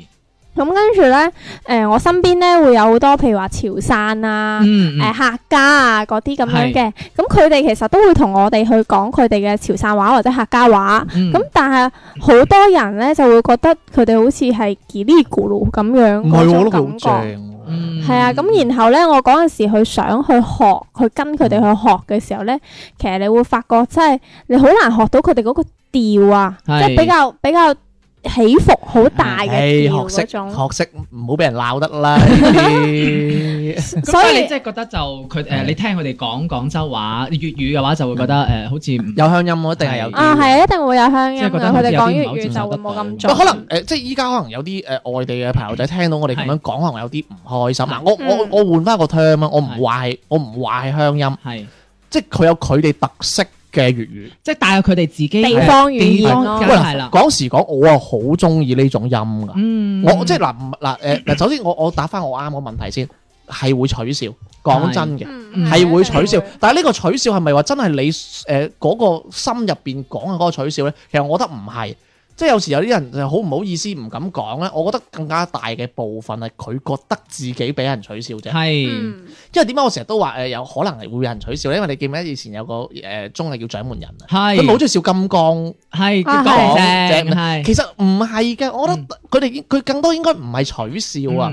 [SPEAKER 3] 咁跟住呢，誒、我身邊呢會有好多譬如話潮汕啊、誒、
[SPEAKER 2] 嗯嗯
[SPEAKER 3] 客家啊嗰啲咁樣嘅，咁佢哋其實都會同我哋去講佢哋嘅潮汕話或者客家話。
[SPEAKER 2] 嗯
[SPEAKER 3] 咁、但係好多人呢就會覺得佢哋好似係叽哩咕嚕咁樣
[SPEAKER 1] 唔
[SPEAKER 3] 嗰
[SPEAKER 1] 係喎，
[SPEAKER 3] 種
[SPEAKER 1] 我覺得佢好
[SPEAKER 3] 感覺。
[SPEAKER 1] 正喎。
[SPEAKER 2] 嗯
[SPEAKER 3] 係啊，咁然後呢，我嗰陣時去想去學，去跟佢哋去學嘅時候呢，其實你會發覺真係你好難學到佢哋嗰個調啊，即
[SPEAKER 2] 係
[SPEAKER 3] 係比較比較起伏好大嘅調
[SPEAKER 1] 學識
[SPEAKER 3] 嗰種。
[SPEAKER 1] 學識唔好俾人鬧得啦，呢啲
[SPEAKER 2] 咁
[SPEAKER 3] 所
[SPEAKER 2] 所以
[SPEAKER 3] 以
[SPEAKER 2] 你即係覺得就佢誒，你聽佢哋講廣州話、粵語嘅話，就會覺得
[SPEAKER 1] 嗯
[SPEAKER 2] 誒，好似唔
[SPEAKER 1] 有鄉音咯，一定係有啲。
[SPEAKER 3] 啊，係一定會有鄉音
[SPEAKER 2] 即係覺
[SPEAKER 3] 嘅。
[SPEAKER 2] 得
[SPEAKER 3] 佢哋
[SPEAKER 2] 好
[SPEAKER 3] 講
[SPEAKER 2] 似
[SPEAKER 3] 粵
[SPEAKER 2] 有啲唔係
[SPEAKER 3] 語就會冇咁
[SPEAKER 2] 好接受得
[SPEAKER 3] 重。
[SPEAKER 2] 到
[SPEAKER 1] 可能誒，即係依家可能有啲誒外地嘅朋友仔聽到我哋咁樣講，可能有啲唔開心。嗱，我我我換翻個 term 啊，我唔話係我唔話係鄉音，
[SPEAKER 2] 係，
[SPEAKER 1] 即係佢有佢哋特色嘅粵語。
[SPEAKER 2] 即係但係佢哋自己
[SPEAKER 3] 地方語言咯
[SPEAKER 2] 梗
[SPEAKER 1] 喂
[SPEAKER 2] 係啦，
[SPEAKER 1] 講時講，我啊好中意呢種音噶。
[SPEAKER 2] 嗯，
[SPEAKER 1] 我即係嗱唔嗱誒嗱，首先我我答翻我啱個問題先，係會取笑，講真嘅。
[SPEAKER 3] 嗯
[SPEAKER 1] 係會取。
[SPEAKER 3] 一定
[SPEAKER 1] 笑，但係呢個取笑係咪話真係你誒嗰個心入邊講嘅嗰個取笑咧？其實我覺得唔係，即係有時有啲人就好唔好意思唔敢講咧。我覺得更加大嘅部分係佢覺得自己俾人取笑啫。
[SPEAKER 2] 係
[SPEAKER 3] 嗯
[SPEAKER 1] 因為點解我成日都話誒有可能係會有人取笑咧？因為你記唔記得以前有個誒綜藝叫《掌門人》啊？
[SPEAKER 2] 係
[SPEAKER 1] 佢咪好中意笑金剛。
[SPEAKER 2] 係
[SPEAKER 3] 啊
[SPEAKER 2] 講
[SPEAKER 1] 係
[SPEAKER 2] 正係
[SPEAKER 1] 啊
[SPEAKER 2] 嗯
[SPEAKER 1] 其實唔係嘅，我覺得佢哋應佢更多應該唔係取笑啊，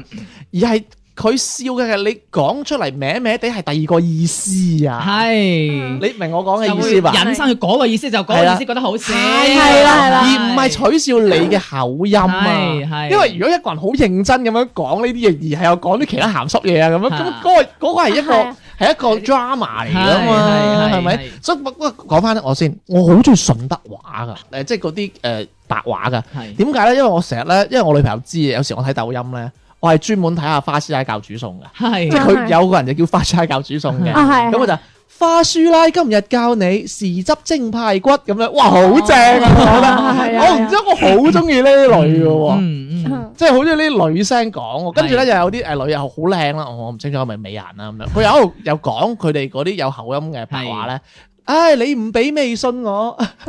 [SPEAKER 1] 而係佢笑嘅係你講出嚟歪歪地係第二個意思啊。
[SPEAKER 3] 嗯
[SPEAKER 2] 係
[SPEAKER 1] 你明我講嘅
[SPEAKER 2] 就
[SPEAKER 1] 意
[SPEAKER 2] 會
[SPEAKER 1] 思吧？
[SPEAKER 2] 引申佢嗰個意思，就嗰
[SPEAKER 1] 係
[SPEAKER 2] 個
[SPEAKER 1] 啦
[SPEAKER 2] 意思覺得好笑，
[SPEAKER 3] 係啦係啦
[SPEAKER 1] 而唔係取笑你嘅口音啊。
[SPEAKER 2] 係
[SPEAKER 1] 因為如果一個人好認真咁樣講呢啲嘢，而係又講啲其他鹹濕嘢啊咁樣，咁
[SPEAKER 2] 啊
[SPEAKER 1] 嗰個嗰個係一個
[SPEAKER 3] 係啊
[SPEAKER 1] 係一個 drama 嚟噶嘛
[SPEAKER 2] 係係，係
[SPEAKER 1] 係咪
[SPEAKER 2] 係？
[SPEAKER 1] 所以不過講翻我先，我好中意順德話噶，誒即係嗰啲誒白話噶。
[SPEAKER 2] 係
[SPEAKER 1] 點解咧？因為我成日咧，因為我女朋友知嘅，有時我睇抖音咧，我係專門睇下花師奶教煮餸嘅，即係
[SPEAKER 2] 係
[SPEAKER 1] 佢有個人就叫花師奶教煮餸嘅。
[SPEAKER 3] 啊係
[SPEAKER 1] 咁我就花師奶今日教你豉汁蒸排骨咁樣，哇，好正啊！我覺
[SPEAKER 3] 係
[SPEAKER 1] 得，
[SPEAKER 3] 啊係啊
[SPEAKER 1] 我唔知我好中意呢類嘅喎，
[SPEAKER 2] 嗯嗯
[SPEAKER 3] 嗯
[SPEAKER 1] 即係好中意呢女聲講喎。跟住咧
[SPEAKER 2] 係
[SPEAKER 1] 又有啲誒女又好哦
[SPEAKER 2] 嗯
[SPEAKER 1] 靚啦，我我唔清楚係咪美人啦咁樣。佢又喺度又講佢哋嗰啲有口音嘅白話咧，唉，你唔俾微信我，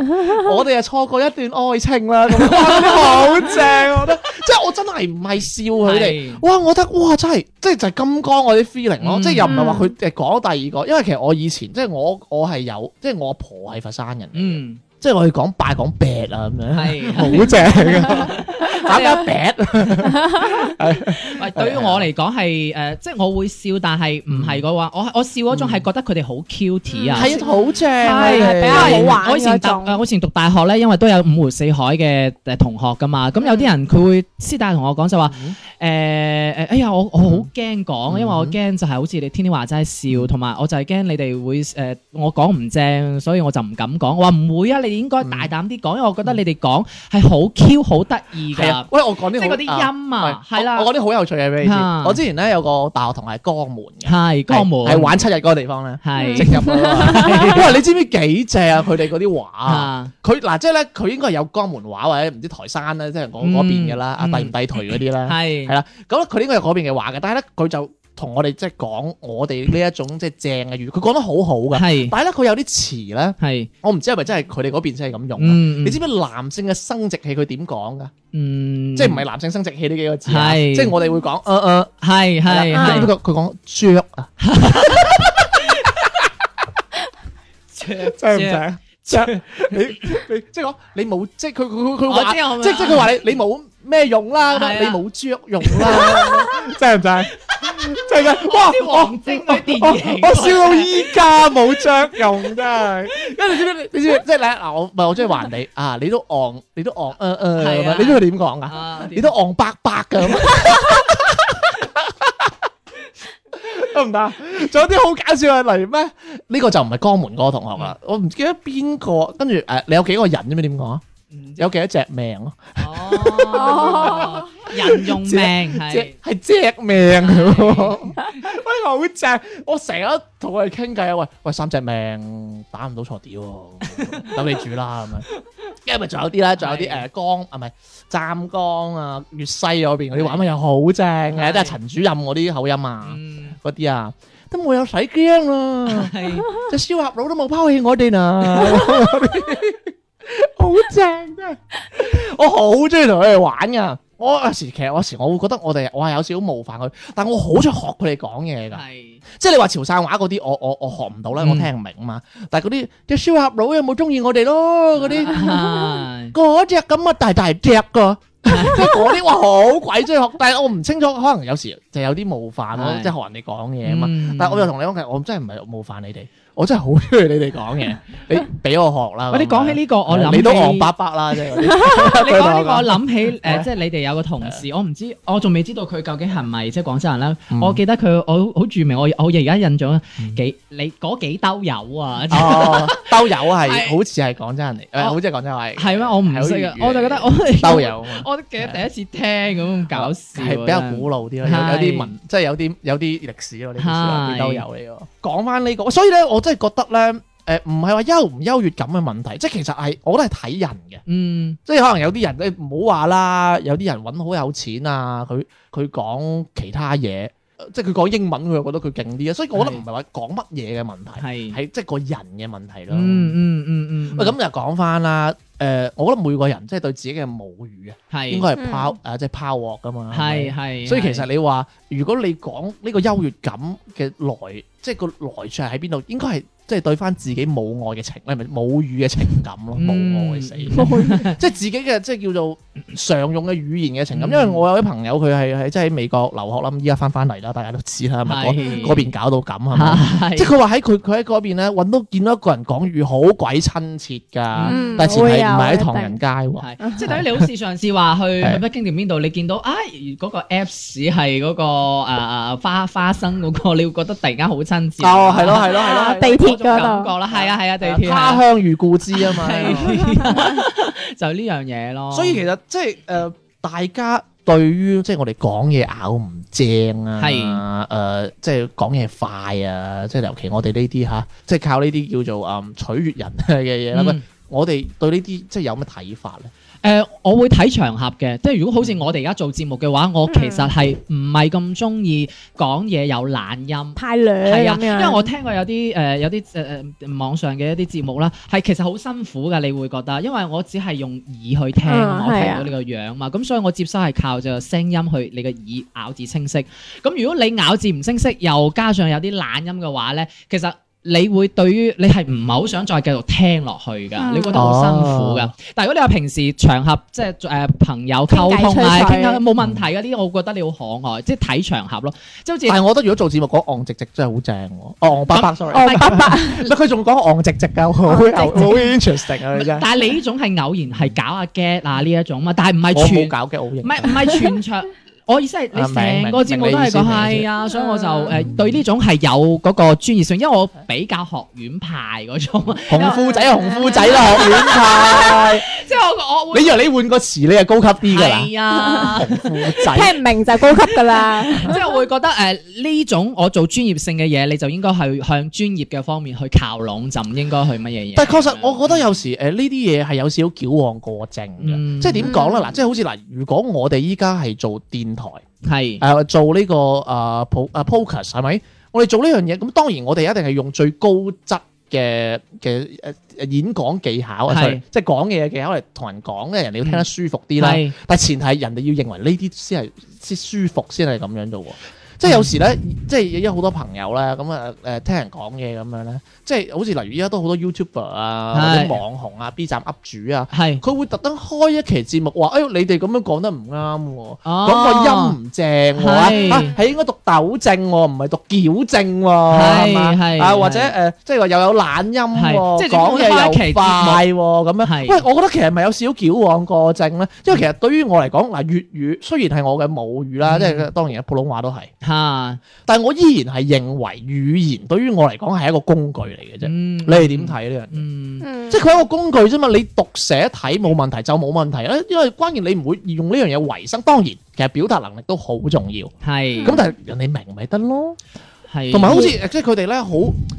[SPEAKER 1] 我哋啊錯過一段愛情啦，咁樣哇，呢啲好正，我覺得，即係我真係唔係笑佢哋
[SPEAKER 2] 係，
[SPEAKER 1] 哇，我覺得哇真係，即係就係金剛我啲 feeling 咯，
[SPEAKER 2] 嗯
[SPEAKER 1] 即係又唔係話佢誒講第二個，因為其實我以前即係我我係有，即係我阿婆係佛山人，
[SPEAKER 2] 嗯，
[SPEAKER 1] 即係我哋講拜講劈啊咁樣，
[SPEAKER 2] 係。
[SPEAKER 1] 好正 啊，打家劈，
[SPEAKER 2] 喂，對於
[SPEAKER 1] 啊
[SPEAKER 2] 我嚟講係誒，即係我會笑，但係唔係嘅話，我我笑
[SPEAKER 1] 嗯
[SPEAKER 2] 嗰種係覺得佢哋好 cute 啊。
[SPEAKER 1] 係啊，好正啊，
[SPEAKER 3] 係係比較好
[SPEAKER 1] 係
[SPEAKER 3] 玩
[SPEAKER 2] 我以前
[SPEAKER 3] 嗰種
[SPEAKER 2] 讀我以前讀大學咧，因為都有五湖四海嘅誒同學噶嘛，咁有啲人佢會私底下同我講就話誒誒，哎呀我我好驚講，因為我驚就係好似你天天話齋笑，同埋我就係驚你哋會誒我講唔正，所以我就唔敢講。我話唔會啊，你應該大膽啲講，因為我覺得你哋講係好 Q 好得意
[SPEAKER 1] 係
[SPEAKER 2] 㗎
[SPEAKER 1] 啊，，喂，我講
[SPEAKER 2] 即
[SPEAKER 1] 啲
[SPEAKER 2] 係嗰
[SPEAKER 1] 好啊
[SPEAKER 2] 啲音啊，
[SPEAKER 1] 係
[SPEAKER 2] 係啦
[SPEAKER 1] 我，我講啲好有趣嘅俾你知
[SPEAKER 2] 啊。
[SPEAKER 1] 我之前咧有個大學同學係江門嘅，
[SPEAKER 2] 係江門嗯
[SPEAKER 1] 係係玩嗯七日嗰個地方咧，直
[SPEAKER 2] 係
[SPEAKER 1] 入去啊。 哇！你知唔知幾正啊？佢哋嗰啲畫，
[SPEAKER 2] 啊
[SPEAKER 1] 佢嗱即係咧，佢應該係有江門畫或者唔知台山咧，即係嗰嗰邊嘅啦，啊
[SPEAKER 2] 嗯
[SPEAKER 1] 帝唔帝頹嗰啲啦。
[SPEAKER 2] 係
[SPEAKER 1] 係啦，咁咧佢應該有嗰邊嘅畫嘅，但係咧佢就同我哋即係講我哋呢一種即係正嘅語，佢講得好好㗎。
[SPEAKER 2] 係
[SPEAKER 1] 但係咧佢有啲詞咧，
[SPEAKER 2] 係
[SPEAKER 1] 我唔知係咪真係佢哋嗰邊先係咁用啊。
[SPEAKER 2] 嗯，
[SPEAKER 1] 你知唔知男性嘅生殖器佢點講㗎？
[SPEAKER 2] 嗯
[SPEAKER 1] 即係唔係男性生殖器呢幾個字啊？
[SPEAKER 2] 係
[SPEAKER 1] 即係我哋會講，嗯嗯，
[SPEAKER 2] 係係
[SPEAKER 3] 啦
[SPEAKER 2] 係
[SPEAKER 1] 啊不。過佢講雀啊，
[SPEAKER 2] 雀雀
[SPEAKER 1] 正？雀，你你即係講你冇，即係佢佢佢佢
[SPEAKER 2] 我
[SPEAKER 1] 話，
[SPEAKER 2] 知我明
[SPEAKER 1] 即係即係佢話你你冇咩用啦，咁
[SPEAKER 2] 係
[SPEAKER 1] 樣
[SPEAKER 2] 啊
[SPEAKER 1] 你冇雀用啦，正唔正？正嘅，哇！
[SPEAKER 2] 啲王晶嗰啲電影，
[SPEAKER 1] 我笑到依家冇雀用真係，因為你知唔知？你知唔知即係咧嗱，我唔係我中意話人哋啊，你都昂，你都昂，嗯嗯，
[SPEAKER 2] 係
[SPEAKER 1] 咁
[SPEAKER 2] 啊
[SPEAKER 1] 樣你知佢點講啊？
[SPEAKER 2] 啊
[SPEAKER 1] 你都昂白白噶，得唔得？仲有啲好搞笑嘅，例如咩？呢個就唔係江門嗰個同學啦，我唔記得邊個。跟住誒，你有幾個人啫嘛？點講啊？有幾多隻命啊咯？
[SPEAKER 2] 哦，人用命係
[SPEAKER 1] 隻係隻命嘅喎。 喂，好正！我成日都同佢哋傾偈啊，喂喂，三隻命打唔到錯屌喎，等你煮啦咁樣。跟住咪仲有啲啦，仲有啲誒江啊，唔係湛江啊、粵西嗰邊嗰啲玩咪又好正嘅，
[SPEAKER 2] 係
[SPEAKER 1] 即係陳主任嗰啲口音啊，
[SPEAKER 2] 嗯
[SPEAKER 1] 嗰啲啊，都冇有使驚啦，
[SPEAKER 2] 係
[SPEAKER 1] 隻燒鴨佬都冇拋棄我哋 啦，好正真係，我好中意同佢哋玩噶。我有時其實有時我會覺得我哋我係有少少冒犯佢，但我好中意學佢哋講嘢㗎。
[SPEAKER 2] 係
[SPEAKER 1] 即係你話潮汕話嗰啲，我我我學唔到啦，我
[SPEAKER 2] 嗯
[SPEAKER 1] 聽唔明啊嘛。但係嗰啲隻燒鴨佬有冇中意我哋咯？嗰
[SPEAKER 2] À.
[SPEAKER 1] 啲
[SPEAKER 2] 係
[SPEAKER 1] 嗰只咁啊，大大隻 噶，即係嗰啲哇好鬼中意學，但係我唔清楚，可能有時就有啲冒犯咯，
[SPEAKER 2] 係
[SPEAKER 1] 即係學人哋講嘢啊嘛。
[SPEAKER 2] 嗯
[SPEAKER 1] 但係我又同你講嘅，我真係唔係冒犯你哋，我真係好中意你哋講嘢，你俾我學啦。
[SPEAKER 2] 喂，你講起呢個，我諗
[SPEAKER 1] 啊你都
[SPEAKER 2] 起
[SPEAKER 1] 昂伯伯啦，即係嗰啲。
[SPEAKER 2] 你
[SPEAKER 1] 佢
[SPEAKER 2] 講呢個，我
[SPEAKER 1] 同我講
[SPEAKER 2] 諗起
[SPEAKER 1] 係
[SPEAKER 2] 誒，即係你哋有個同事，我唔知，我仲未知道佢究竟係咪即係廣州人啦。我記得佢，我好著名，我我而家印象幾你嗰幾兜友啊，
[SPEAKER 1] 哦，兜友係
[SPEAKER 2] 係
[SPEAKER 1] 好似係廣州人嚟，誒
[SPEAKER 2] 哦
[SPEAKER 1] 好似係廣州話嚟。
[SPEAKER 2] 係咩？我唔識啊
[SPEAKER 1] 係，好似粵語嚟
[SPEAKER 2] 我就覺得我
[SPEAKER 1] 兜友啊嘛。
[SPEAKER 2] 我都記得第一次聽
[SPEAKER 1] Ờ,
[SPEAKER 2] 咁搞笑啊，
[SPEAKER 1] 係比較古老啲咯，有
[SPEAKER 2] 係
[SPEAKER 1] 有啲文，即係有啲有啲歷史咯，呢啲書
[SPEAKER 2] 係
[SPEAKER 1] 都有呢個。講翻呢個，所以咧，我真係覺得咧，誒唔係話優唔優越感嘅問題，即係其實係我都係睇人嘅，
[SPEAKER 2] 嗯。
[SPEAKER 1] 即係可能有啲人咧唔好話啦，有啲人揾好有錢啊，佢佢講其他嘢，呃即係佢講英文，佢又覺得佢勁啲啊，所以我覺得
[SPEAKER 2] 係
[SPEAKER 1] 唔係話講乜嘢嘅問題，
[SPEAKER 2] 係
[SPEAKER 1] 係即係個人嘅問
[SPEAKER 2] Ừ,
[SPEAKER 1] 題咯。
[SPEAKER 2] 嗯嗯嗯嗯，
[SPEAKER 1] 喂，咁就講翻啦，誒，我覺得每個人即係對自己嘅母語啊，
[SPEAKER 2] 係
[SPEAKER 1] 應該係拋誒，即係拋鑊噶嘛，係咪
[SPEAKER 2] 係係，
[SPEAKER 1] 所以其實你話，如果你講呢個優越感嘅來，即係個來處係喺邊度？應該係即係對翻自己母愛嘅情，唔係唔係母語嘅情感咯，
[SPEAKER 2] 嗯
[SPEAKER 1] 母愛 死，即係自己嘅即係叫做常用嘅語言嘅情感。因為
[SPEAKER 2] 嗯
[SPEAKER 1] 我有啲朋友佢係係即係喺美國留學啦，咁依家翻翻嚟啦，大家都知啦，係咪嗰
[SPEAKER 2] 係
[SPEAKER 1] 嗰邊搞到咁係咪？ 即 係
[SPEAKER 2] 係
[SPEAKER 1] 佢話喺佢佢喺嗰邊咧揾到見到一個人講語好鬼親切 㗎，
[SPEAKER 2] 嗯
[SPEAKER 1] 但係前提
[SPEAKER 3] 會
[SPEAKER 1] 唔
[SPEAKER 3] 有
[SPEAKER 1] 係喺
[SPEAKER 3] 一定
[SPEAKER 1] 唐人街喎。
[SPEAKER 2] 係，即係等於你好似上次話去
[SPEAKER 1] 係
[SPEAKER 2] 去北京定邊度，你見到啊嗰個 Apps 係嗰個誒花花生嗰個，你會覺得突然間好親切。
[SPEAKER 1] 哦，係咯，係咯，係咯。
[SPEAKER 3] 啊地鐵
[SPEAKER 2] 嗰種感
[SPEAKER 3] 嗰
[SPEAKER 2] 覺
[SPEAKER 3] 度，
[SPEAKER 2] 啦，係啊係啊，地鐵
[SPEAKER 1] 他
[SPEAKER 2] 係
[SPEAKER 1] 鄉遇故知啊嘛。
[SPEAKER 2] 就呢樣嘢咯。
[SPEAKER 1] 所以其實即係誒、呃大家對於即係我哋講嘢咬唔正啊，誒、
[SPEAKER 2] 係
[SPEAKER 1] 即係講嘢快啊，即係尤其我哋呢啲吓，即係靠呢啲叫做誒、嗯取悦人嘅嘢啦。喂
[SPEAKER 2] 嗯
[SPEAKER 1] 我哋對呢啲即係有咩睇法咧？
[SPEAKER 2] 誒、我會睇場合嘅，即係如果好似我哋而家做節目嘅話，我其
[SPEAKER 1] 嗯
[SPEAKER 2] 實係唔係咁中意講嘢有懶音。
[SPEAKER 3] 太涼
[SPEAKER 2] 係啊，
[SPEAKER 3] 咁
[SPEAKER 2] 因為
[SPEAKER 3] 樣。
[SPEAKER 2] 我聽過有啲誒、有啲誒誒網上嘅一啲節目啦，係其實好辛苦㗎，你會覺得，因為我只係用耳去聽，
[SPEAKER 3] 啊
[SPEAKER 2] 我
[SPEAKER 3] 係
[SPEAKER 2] 聽
[SPEAKER 3] 啊
[SPEAKER 2] 到你個樣嘛，咁所以我接收係靠就聲音去你個耳咬字清晰。咁如果你咬字唔清晰，又加上有啲懶音嘅話咧，其實。你會對於你係唔係好想再繼續聽落去㗎？
[SPEAKER 3] 嗯
[SPEAKER 2] 你覺得好辛苦㗎。
[SPEAKER 1] 哦
[SPEAKER 2] 但係如果你話平時場合即係誒、朋友溝
[SPEAKER 3] 傾偈
[SPEAKER 2] 通啊，
[SPEAKER 3] 吹水
[SPEAKER 2] 傾偈冇問題㗎。呢啲我覺得你好可愛，即係睇場合咯。即係好似
[SPEAKER 1] 但係我覺得如果做節目講昂直直真係好正喎，昂伯伯 sorry，
[SPEAKER 3] 哦，爸爸，
[SPEAKER 1] 唔係佢仲講昂直直㗎，
[SPEAKER 2] 哦
[SPEAKER 1] 好好 interesting 啊！你真係，
[SPEAKER 2] 但係你呢種係偶然係搞下 get 啊呢一種嘛，但係唔係
[SPEAKER 1] 我冇
[SPEAKER 2] 全
[SPEAKER 1] 搞嘅，我型
[SPEAKER 2] 唔。係唔係 全場。我意思係你
[SPEAKER 1] 啊明
[SPEAKER 2] 成個
[SPEAKER 1] 明
[SPEAKER 2] 節目
[SPEAKER 1] 明你
[SPEAKER 2] 都
[SPEAKER 1] 意
[SPEAKER 2] 係
[SPEAKER 1] 思
[SPEAKER 2] 講
[SPEAKER 1] 明你意
[SPEAKER 2] 係
[SPEAKER 1] 思
[SPEAKER 2] 啊，所以我就誒對呢種係有嗰個專業性，因為我比較學院派嗰種，
[SPEAKER 1] 紅夫仔啊，紅夫仔啦，學院 派。
[SPEAKER 2] 即係我我會
[SPEAKER 1] 你以為你換個詞你係高級啲㗎啦？
[SPEAKER 2] 係啊，
[SPEAKER 1] 紅夫仔，
[SPEAKER 3] 聽唔明就高級噶啦。
[SPEAKER 2] 即係我會覺得誒呢種我做專業性嘅嘢，你就應該係向專業嘅方面去靠攏，就唔應該去乜嘢嘢。
[SPEAKER 1] 但係確實，我覺得有時呃誒呢啲嘢係有少少矯枉過正
[SPEAKER 2] 嗯
[SPEAKER 1] 嘅，即係點講咧？嗱，即係好似嗱，如果我哋依家係做電台。
[SPEAKER 2] 係
[SPEAKER 1] 誒、做呢、個誒 po 誒 focus 係咪？我哋做呢樣嘢，咁當然我哋一定係用最高質嘅嘅誒演講技巧啊，
[SPEAKER 2] 係嗯
[SPEAKER 1] sorry，即係講嘢嘅技巧嚟同人講咧，人哋要聽得舒服啲啦。
[SPEAKER 2] 係
[SPEAKER 1] 但係前提係人哋要認為呢啲先係先舒服先係咁樣做喎。即係有時咧，即係有好多朋友咧，咁啊誒聽人講嘢咁樣咧，即係好似例如依家都好多 YouTuber 啊，或
[SPEAKER 2] 係
[SPEAKER 1] 者網紅啊、B 站 up 主啊，
[SPEAKER 2] 係
[SPEAKER 1] 佢會特登開一期節目話：，哎呦，你哋咁樣講得唔啱喎。講個
[SPEAKER 2] 哦
[SPEAKER 1] 音唔正喎，啊
[SPEAKER 2] 係
[SPEAKER 1] 啊係應該讀糾正喎，唔係讀矯正喎，
[SPEAKER 2] 係
[SPEAKER 1] 係
[SPEAKER 2] 係
[SPEAKER 1] 嘛？啊
[SPEAKER 2] 係
[SPEAKER 1] 或者誒，即係話又有懶音
[SPEAKER 2] 係
[SPEAKER 1] 喎，
[SPEAKER 2] 即係
[SPEAKER 1] 講嘢
[SPEAKER 2] 開一期
[SPEAKER 1] 又快喎，咁樣。
[SPEAKER 2] 係
[SPEAKER 1] 喂，我覺得其實咪有少少矯枉過正咧，因為其實對於我嚟講，嗱粵語雖然係我嘅母語啦，
[SPEAKER 2] 嗯
[SPEAKER 1] 即係當然普通話都係，
[SPEAKER 2] 嚇，
[SPEAKER 1] 但係我依然係認為語言對於我嚟講係一個工具嚟嘅啫。
[SPEAKER 2] 嗯，
[SPEAKER 1] 你哋點睇呢樣？
[SPEAKER 2] 嗯？
[SPEAKER 3] 嗯
[SPEAKER 1] 即係佢係一個工具啫嘛，你讀寫睇冇問題就冇問題啦，因為關鍵你唔會用呢樣嘢為生。當然，其實表達能力都好重要。
[SPEAKER 2] 嗯，係
[SPEAKER 1] 咁但係人哋明咪得咯，
[SPEAKER 2] 係
[SPEAKER 1] 同埋好似即係佢哋咧好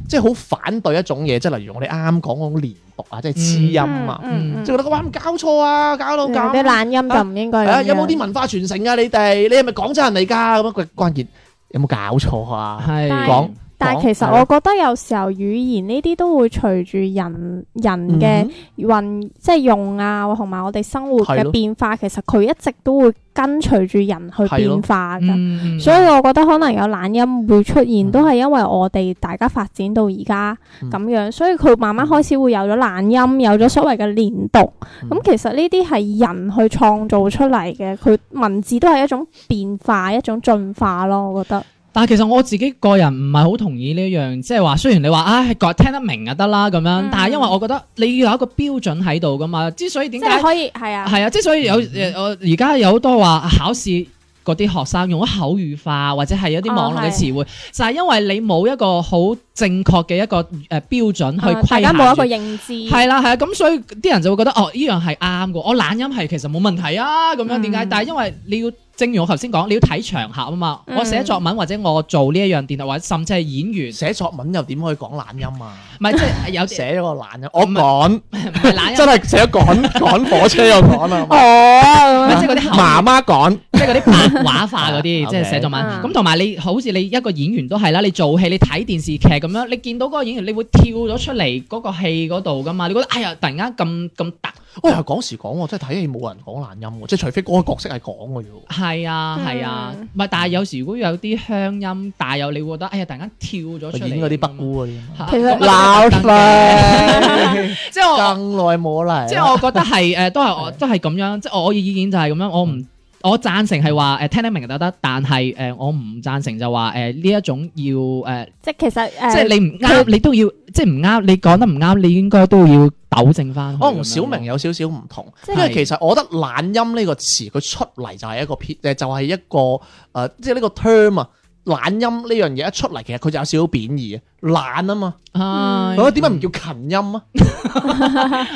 [SPEAKER 1] 即係好反對一種嘢，即係例如我哋啱啱講嗰種連讀啊，即係黐音啊，
[SPEAKER 3] 嗯嗯
[SPEAKER 1] 即係覺得哇唔搞錯啊，搞到
[SPEAKER 3] 有
[SPEAKER 1] 搞
[SPEAKER 3] 啲懶音就唔應該咁
[SPEAKER 1] 啊
[SPEAKER 3] 樣。
[SPEAKER 1] 有冇啲文化傳承啊？你哋你係咪廣州人嚟㗎？咁啊關鍵有冇搞錯啊？
[SPEAKER 2] 係
[SPEAKER 3] 但係
[SPEAKER 1] 講
[SPEAKER 3] 但係其實
[SPEAKER 1] 啊
[SPEAKER 3] 我覺得有時候語言呢啲都會隨住人人嘅
[SPEAKER 1] 嗯
[SPEAKER 3] 運即係用啊，同埋我哋生活
[SPEAKER 1] 係
[SPEAKER 3] 嘅
[SPEAKER 1] 咯
[SPEAKER 3] 變化，其實佢一直都會跟隨住人去
[SPEAKER 1] 係咯
[SPEAKER 3] 變化㗎。
[SPEAKER 2] 嗯
[SPEAKER 3] 所以我覺得可能有懶音會出現，
[SPEAKER 1] 嗯
[SPEAKER 3] 都係因為我哋大家發展到而家
[SPEAKER 1] 嗯
[SPEAKER 3] 咁樣，所以佢慢慢開始會有咗懶音，有咗所謂嘅連讀。
[SPEAKER 1] 嗯
[SPEAKER 3] 咁其實呢啲係人去創造出嚟嘅，佢文字都係一種變化，一種進化咯。我覺得
[SPEAKER 2] 但係其實我自己個人唔係好同意呢一樣，即係話雖然你話唉，個聽得明就得啦咁樣，
[SPEAKER 3] 嗯
[SPEAKER 2] 但係因為我覺得你要有一個標準喺度噶嘛。之所以
[SPEAKER 3] 即
[SPEAKER 2] 點
[SPEAKER 3] 係
[SPEAKER 2] 解
[SPEAKER 3] 可以係啊，
[SPEAKER 2] 係啊，之所以有誒我而家有好多話考試。嗰啲學生用咗口語化或者係有啲網
[SPEAKER 3] 哦
[SPEAKER 2] 絡嘅詞彙，就係因為你冇一個好正確嘅一個誒呃標準去
[SPEAKER 3] 啊大
[SPEAKER 2] 規
[SPEAKER 3] 家
[SPEAKER 2] 限
[SPEAKER 3] 冇一
[SPEAKER 2] 住
[SPEAKER 3] 個認知，
[SPEAKER 2] 係啦，係啊，咁所以啲人就會覺得哦，呢樣係啱嘅。我懶音係其實冇問題啊，咁樣點解？
[SPEAKER 3] 嗯
[SPEAKER 2] 但係因為你要，正如我頭先講，你要睇場合啊嘛。
[SPEAKER 3] 嗯
[SPEAKER 2] 我寫作文或者我做呢一樣電台，或者甚至係 演員，
[SPEAKER 1] 寫作文又點可以講懶音啊？
[SPEAKER 2] 唔係即係有啲
[SPEAKER 1] 寫咗個懶音，我
[SPEAKER 2] 唔係
[SPEAKER 1] 趕
[SPEAKER 2] 唔係懶音
[SPEAKER 1] 真，係寫咗 趕趕火車又趕啦，
[SPEAKER 3] 哦，
[SPEAKER 2] 唔係即係嗰啲口
[SPEAKER 1] 媽媽趕
[SPEAKER 2] 即係嗰啲白話化嗰啲，
[SPEAKER 1] 啊
[SPEAKER 2] 即係
[SPEAKER 1] OK
[SPEAKER 2] 寫作文。
[SPEAKER 3] 啊
[SPEAKER 2] 咁同埋你好似你一個演員都係啦，你做戲你睇電視劇咁樣，你見到嗰個演員，你會跳咗出嚟嗰個戲嗰度噶嘛？你覺得哎呀，突然間咁咁突，
[SPEAKER 1] 喂，係講時講喎，真係睇戲冇人講懶音喎，即係除非嗰個角色係講嘅啫喎。
[SPEAKER 2] 係啊係啊，
[SPEAKER 3] 嗯
[SPEAKER 2] 唔係但係有時如果有啲鄉音帶有，你會覺得哎呀，突然間跳咗出嚟
[SPEAKER 1] 佢演嗰啲
[SPEAKER 2] 咁
[SPEAKER 1] 北
[SPEAKER 2] 樣
[SPEAKER 1] 姑嗰啲啊嘛，
[SPEAKER 3] 其實
[SPEAKER 1] 鬧翻，
[SPEAKER 2] 啊 即係 我，
[SPEAKER 1] 更耐冇嚟啦。
[SPEAKER 2] 即係我覺得係誒，都係我都係咁樣，即係我嘅意見就係咁樣，我唔。我贊成係話誒聽得明就得，但係誒、我唔贊成就話誒呢一種要誒，
[SPEAKER 3] 即係其實呃誒，
[SPEAKER 2] 即係你唔啱，你都要即係唔啱，你講得唔啱，你應該都要糾正翻。
[SPEAKER 1] 我同小明有少少唔同，
[SPEAKER 3] 即
[SPEAKER 1] 因
[SPEAKER 3] 係
[SPEAKER 1] 為其實我覺得懶音呢個詞佢出嚟就係一個偏誒，就係一個誒，呃即係呢個 term 啊。懶音呢樣嘢一出嚟，其實佢就有少少貶義啊，懶啊嘛，
[SPEAKER 2] 啊，
[SPEAKER 1] 我覺得點解唔叫勤音啊？係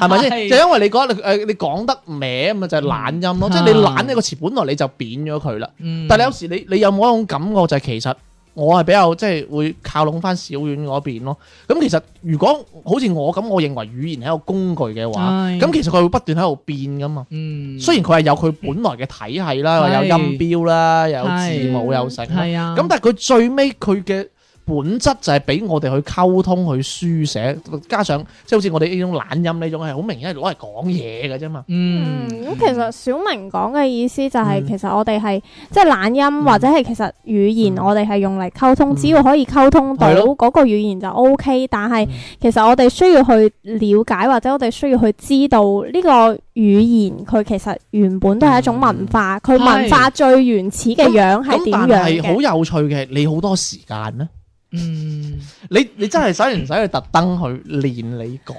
[SPEAKER 1] 咪
[SPEAKER 2] 係嗯
[SPEAKER 1] 先？就因為你覺得你誒你講得歪啊嘛，就係懶音咯，即係你懶呢個詞本來你就貶咗佢啦。
[SPEAKER 2] 嗯？
[SPEAKER 1] 但係你有時你你有冇一種感覺就係其實我係比較即係會靠攏翻小院嗰邊咯。咁其實如果好似我咁，我認為語言係一個工具嘅話，
[SPEAKER 2] 係
[SPEAKER 1] 咁其實佢會不斷喺度變噶嘛。
[SPEAKER 2] 嗯，
[SPEAKER 1] 雖然佢係有佢本來嘅體系啦，
[SPEAKER 2] 係
[SPEAKER 1] 有音標啦，有字
[SPEAKER 2] 係
[SPEAKER 1] 母有成啦，
[SPEAKER 2] 係啊，
[SPEAKER 1] 咁但係佢最尾佢嘅本質就係俾我哋去溝通、去書寫，加上即係好似我哋呢種懶音呢種係好明顯係攞嚟講嘢嘅啫嘛。
[SPEAKER 3] 嗯，
[SPEAKER 2] 嗯
[SPEAKER 3] 咁其實小明講嘅意思就係，
[SPEAKER 1] 嗯
[SPEAKER 3] 其實我哋係即係懶
[SPEAKER 2] 嗯
[SPEAKER 3] 音或者係其實語言，我哋係用嚟溝通，只要可以溝通到
[SPEAKER 1] 係咯
[SPEAKER 3] 嗰個語言就 O K。但係
[SPEAKER 1] 嗯
[SPEAKER 3] 其實我哋需要去了解或者我哋需要去知道呢個語言佢其實原本都係一種文化，佢
[SPEAKER 2] 嗯係
[SPEAKER 3] 文化最原始嘅樣係
[SPEAKER 1] 咁
[SPEAKER 3] 點
[SPEAKER 1] 但
[SPEAKER 3] 樣
[SPEAKER 1] 係好
[SPEAKER 3] 嘅？
[SPEAKER 1] 有趣嘅，你好多時間咧，
[SPEAKER 2] 嗯
[SPEAKER 1] 你你真係使唔使去特登去練你講？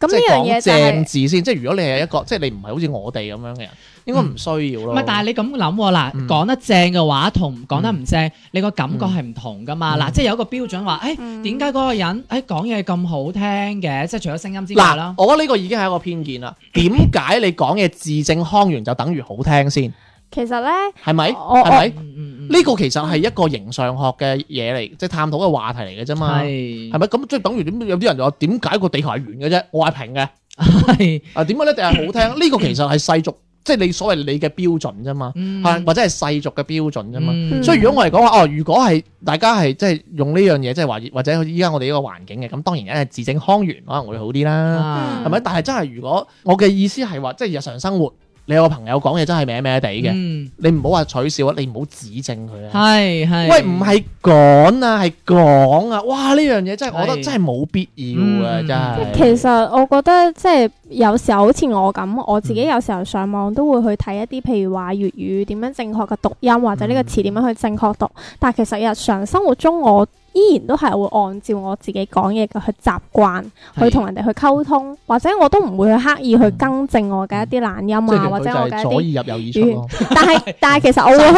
[SPEAKER 3] 咁
[SPEAKER 1] 即
[SPEAKER 3] 呢
[SPEAKER 1] 係
[SPEAKER 3] 樣嘢
[SPEAKER 1] 講
[SPEAKER 3] 就係
[SPEAKER 1] 正字先，即係如果你係一個，即係你唔係好似我哋咁樣嘅人，應該唔需要
[SPEAKER 2] 唔
[SPEAKER 1] 咯。
[SPEAKER 2] 係，但係你咁諗喎
[SPEAKER 1] 嗯
[SPEAKER 2] 嗱，講得正嘅話同講得唔正，你個感覺係唔同噶嘛
[SPEAKER 1] 嗯
[SPEAKER 2] 嗱，即係有一個標準話，誒
[SPEAKER 3] 嗯
[SPEAKER 2] 點解嗰個人誒講嘢咁好聽嘅，即係除咗聲音之外
[SPEAKER 1] 嗱
[SPEAKER 2] 啦，，
[SPEAKER 1] 我覺得呢個已經係一個偏見啦。點解你講嘢字正腔圓就等於好聽先？
[SPEAKER 3] 其實呢，
[SPEAKER 1] 係咪？
[SPEAKER 3] 我
[SPEAKER 1] 係咪？
[SPEAKER 2] 嗯嗯嗯
[SPEAKER 1] 呢個其實係一個形上學嘅嘢嚟，即係探討嘅話題嚟嘅啫嘛。係
[SPEAKER 2] 係
[SPEAKER 1] 咪？咁即係等於點？有啲人就話點解個地球係圓嘅啫？我係平嘅。
[SPEAKER 2] 係
[SPEAKER 1] 啊，點解呢？地係 好聽？呢個其實係世俗，即係你所謂你嘅標準啫嘛，
[SPEAKER 2] 嗯
[SPEAKER 1] 係或者係世俗嘅標準啫嘛。
[SPEAKER 2] 嗯
[SPEAKER 1] 所以如果我嚟講話，哦，如果係大家係即係用呢樣嘢，即係話或者依家我哋呢個環境嘅，咁當然梗係字正腔圓可能會好啲啦，
[SPEAKER 2] 啊
[SPEAKER 1] 係咪？但係真係如果我嘅意思係話，即係日常生活，你有個朋友講嘢真係歪歪地嘅，
[SPEAKER 2] 嗯
[SPEAKER 1] 你唔好話取笑啊，你唔好指正佢啊。
[SPEAKER 2] 係係
[SPEAKER 1] 喂，唔係講啊，係講啊！哇，呢樣嘢真係，我覺得
[SPEAKER 2] 係
[SPEAKER 1] 真係冇必要啊，
[SPEAKER 2] 嗯
[SPEAKER 1] 真係。
[SPEAKER 3] 其實我覺得即係有時候好似我咁，我自己有時候上網都會去睇一啲，譬如話粵語點樣正確嘅讀音，或者呢個詞點樣去正確讀。但係其實日常生活中，我依然都係會按照我自己講嘢嘅去習慣，去同人哋去溝通，或者我都唔會去刻意去更正我嘅一啲懶音
[SPEAKER 1] 即係
[SPEAKER 3] 啊，
[SPEAKER 1] 佢
[SPEAKER 3] 或者
[SPEAKER 1] 就
[SPEAKER 3] 我
[SPEAKER 1] 係
[SPEAKER 3] 嘅
[SPEAKER 1] 左
[SPEAKER 3] 一啲。
[SPEAKER 1] 耳入右耳出咯。
[SPEAKER 3] 但 係但係其實我會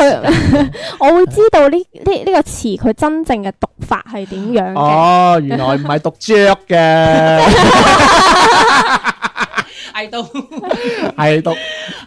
[SPEAKER 3] 去， 我會知道呢呢呢個詞佢真正嘅讀法係點樣嘅。
[SPEAKER 1] 哦，原來唔係讀雀嘅，
[SPEAKER 2] 嗌到
[SPEAKER 1] 係讀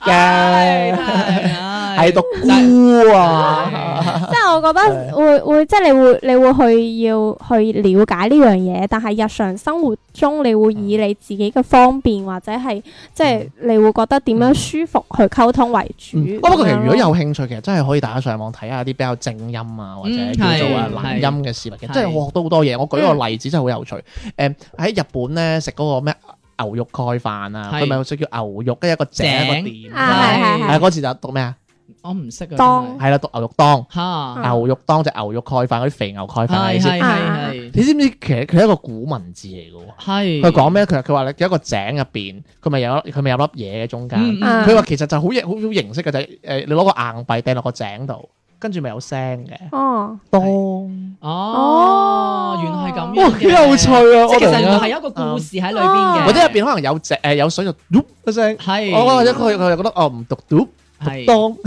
[SPEAKER 2] 係
[SPEAKER 1] 嘅，係讀菇啊。
[SPEAKER 3] 即係我覺得會會即係你會你會去要去了解呢樣嘢，但係日常生活中你會以你自己嘅方便或者係即係你會覺得點樣舒服去溝通為主。
[SPEAKER 1] 嗯，不過其實如果有興趣，其實真係可以大家上網睇下啲比較正音啊，或者
[SPEAKER 2] 嗯
[SPEAKER 1] 叫做啊懶
[SPEAKER 2] 係
[SPEAKER 1] 音嘅事物嘅，
[SPEAKER 2] 係
[SPEAKER 1] 即係我學到好多嘢。我舉個例子真係好有趣。誒喺日本咧食嗰個咩牛肉蓋飯啊，
[SPEAKER 2] 係
[SPEAKER 1] 佢咪有隻叫牛肉，跟住一個井一個
[SPEAKER 2] 井
[SPEAKER 1] 點
[SPEAKER 3] 啊
[SPEAKER 1] 啊，
[SPEAKER 3] 係係係
[SPEAKER 1] 係嗰次就讀咩啊？
[SPEAKER 2] 我唔識啊，
[SPEAKER 3] 當
[SPEAKER 1] 係啦，讀牛肉當
[SPEAKER 2] 嚇
[SPEAKER 1] 牛肉當就牛肉蓋飯嗰啲肥牛蓋飯係
[SPEAKER 2] 啊係
[SPEAKER 1] 咪先？
[SPEAKER 2] 係係
[SPEAKER 1] 你知唔知其實佢係一個古文字嚟嘅喎？
[SPEAKER 2] 係
[SPEAKER 1] 佢講咩？佢話佢話你有一個井入邊，佢咪有佢咪有粒嘢嘅中間。
[SPEAKER 2] 嗯
[SPEAKER 3] 啊
[SPEAKER 1] 佢話其實就好形好好形式嘅就係誒，你攞個硬幣掟落個井度，跟住咪有聲嘅。
[SPEAKER 3] 哦，
[SPEAKER 1] 當
[SPEAKER 2] 哦，原來係咁樣
[SPEAKER 1] 哇，
[SPEAKER 2] 嘅
[SPEAKER 1] 幾有趣啊！我
[SPEAKER 2] 即係其
[SPEAKER 1] 突然
[SPEAKER 2] 實
[SPEAKER 1] 間
[SPEAKER 2] 係有一個故事喺裏邊嘅，
[SPEAKER 1] 或者入邊可能有隻誒有水就嘟一聲。
[SPEAKER 2] 係
[SPEAKER 1] 我或者佢佢就覺得哦唔讀嘟
[SPEAKER 2] 係
[SPEAKER 1] 當
[SPEAKER 2] 咁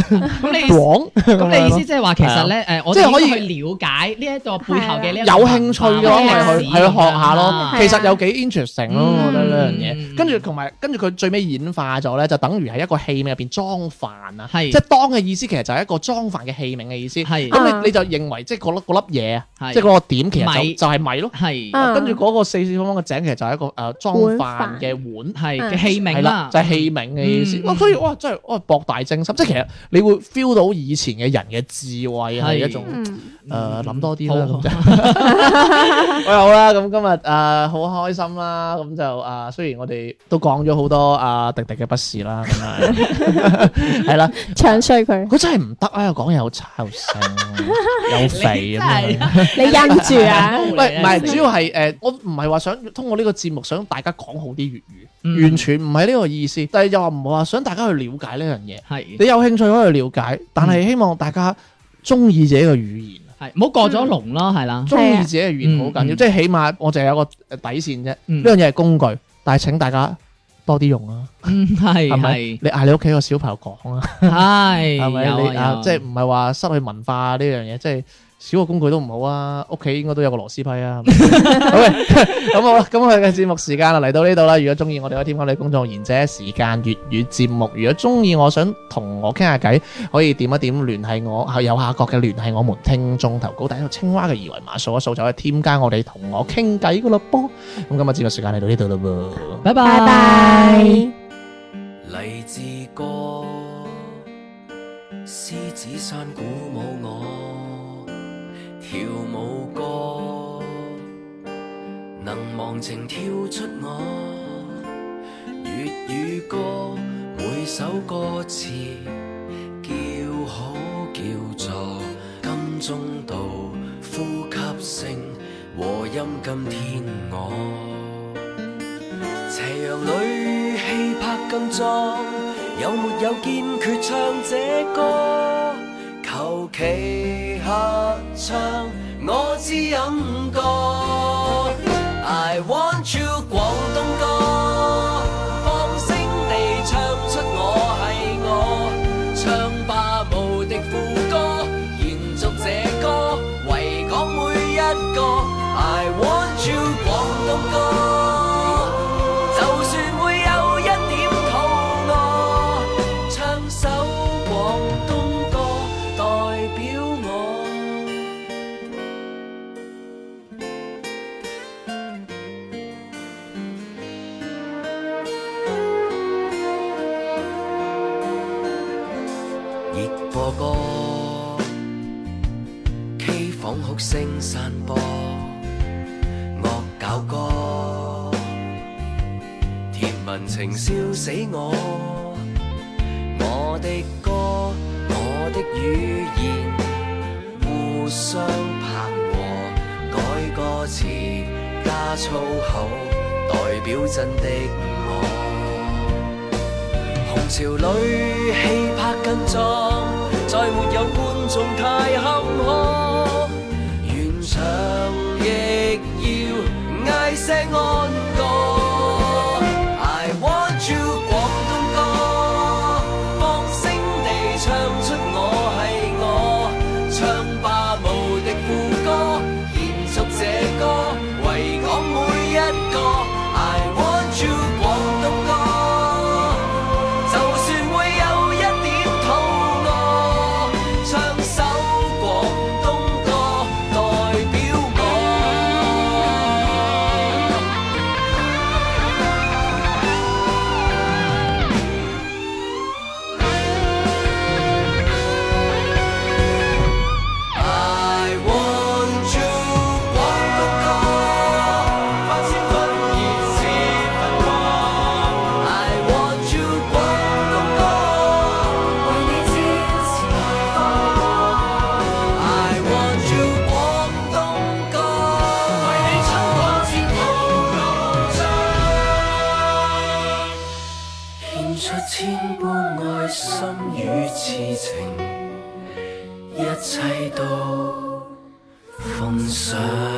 [SPEAKER 2] 你
[SPEAKER 1] 廣
[SPEAKER 2] 咁你意思
[SPEAKER 1] 思
[SPEAKER 2] 即係話其實咧誒，我
[SPEAKER 1] 即係可
[SPEAKER 2] 哋可
[SPEAKER 1] 以
[SPEAKER 2] 以去了解呢一個背後嘅呢一個
[SPEAKER 1] 有興趣嗯嘅話，
[SPEAKER 3] 係啊
[SPEAKER 1] 咪去係去學下咯
[SPEAKER 3] 係。啊
[SPEAKER 1] 其實有幾 interesting 咯，我覺得呢樣
[SPEAKER 2] 嗯
[SPEAKER 1] 嘢。跟住同埋跟住佢最尾演化咗咧，就等於係一個器皿入邊裝飯啊。
[SPEAKER 2] 係
[SPEAKER 1] 即係當嘅意思，其實就係一個裝飯嘅器皿嘅意思。
[SPEAKER 2] 係
[SPEAKER 1] 咁
[SPEAKER 3] 啊
[SPEAKER 1] 你你就認為即係嗰粒嗰粒嘢啊，
[SPEAKER 2] 係
[SPEAKER 1] 即係嗰個點其實
[SPEAKER 2] 米
[SPEAKER 1] 就就係米咯。
[SPEAKER 2] 係
[SPEAKER 3] 啊
[SPEAKER 1] 跟住嗰個四四方方嘅井其實就係一個誒裝
[SPEAKER 3] 碗
[SPEAKER 1] 飯
[SPEAKER 3] 飯
[SPEAKER 1] 嘅碗。
[SPEAKER 2] 係
[SPEAKER 3] 嗯
[SPEAKER 2] 嘅器
[SPEAKER 1] 係
[SPEAKER 2] 皿
[SPEAKER 1] 啦
[SPEAKER 2] 啦，，
[SPEAKER 1] 就係器皿嘅意思。
[SPEAKER 2] 嗯
[SPEAKER 1] 哇，所以哇，真係哇博大精深，即係其實你會 feel 到以前嘅人嘅智慧啊係
[SPEAKER 2] 係
[SPEAKER 1] 一種
[SPEAKER 3] 嗯，
[SPEAKER 1] 誒呃諗多啲
[SPEAKER 2] 好
[SPEAKER 1] 啦。咁就喂好啦，咁今日誒好開心啦，咁就誒雖然我哋都講咗好多阿迪迪嘅不是啦，咁啊係啦，
[SPEAKER 3] 唱衰佢，
[SPEAKER 1] 佢真係唔得啊，講嘢好差又聲，啊又肥咁樣。
[SPEAKER 3] 你忍住啊！
[SPEAKER 1] 喂，唔係，主要係誒、呃我唔係話想通過呢個節目想大家講好啲粵語，
[SPEAKER 2] 嗯
[SPEAKER 1] 完全唔係呢個意思。但係又話唔係話想大家去了解呢樣嘢，
[SPEAKER 2] 係
[SPEAKER 1] 你有興趣可以去了解，但係希望大家中意自己嘅語言，
[SPEAKER 2] 係唔好過
[SPEAKER 1] 嗯
[SPEAKER 2] 咗龍咯，係啊啦，
[SPEAKER 1] 中意自己嘅語言好緊要，
[SPEAKER 2] 嗯
[SPEAKER 1] 即係起碼我就有個呃底線啫。呢
[SPEAKER 2] 嗯
[SPEAKER 1] 樣嘢係工具，但係請大家多啲用啊，
[SPEAKER 2] 嗯係
[SPEAKER 1] 係咪？
[SPEAKER 2] 係
[SPEAKER 1] 你嗌你屋企個小朋友講啊，
[SPEAKER 2] 係
[SPEAKER 1] 係咪？你
[SPEAKER 2] 有啊
[SPEAKER 1] 啊
[SPEAKER 2] 有，
[SPEAKER 1] 即係唔係話失去文化呢樣嘢，即係小學工具都唔好啊，屋企應該都有個螺絲批啊。係咪好嘅，咁好啦，咁我哋嘅節目時間啦，啊嚟到呢度啦。如果中意我哋可以添加我哋公眾號賢者時間粵語節目。如果中意我想同我傾下偈，可以點一點聯繫我，係右下角嘅聯繫我們聽眾投稿，第一個青蛙嘅二維碼掃一掃就可以添加我哋同我傾偈噶啦噃。咁今日節目時間嚟到呢度啦噃。
[SPEAKER 2] 拜
[SPEAKER 3] 拜拜。
[SPEAKER 4] 勵志歌，獅子山鼓舞我，跳舞歌，能忘情跳出我。粵語歌，每首歌詞叫好叫座，金鐘道，呼吸聲和音，今天我。斜陽裏氣魄更壯，有沒有堅決唱這歌？求其合唱，我知飲歌。I want you 廣東歌，放聲地唱出我係我，唱吧無敵副歌，延續這歌，維港每一個。I want you 廣東歌。就算會有一點肚餓，唱首廣東歌代表我。熱播歌，K 房哭聲散播，惡搞歌。甜文情笑死我。我的歌，我的語言，互相拍和，改歌詞加粗口，代表真的我。紅潮裏氣魄更壯，再沒有觀眾太坎坷。原場亦要嗌聲安歌。I want you 廣東歌，放聲地唱出我係我，唱吧無敵副歌，延續這歌，維港每一個。I want you 廣東歌。就算會有一點肚餓，唱首廣東歌代表我。I want you 廣東歌，發燒分熱是分黃。I want you 廣東歌，為你支持風浪。I want you 廣東歌，為你撐我前路浪唱，獻出千般愛心與痴情。一切都奉上。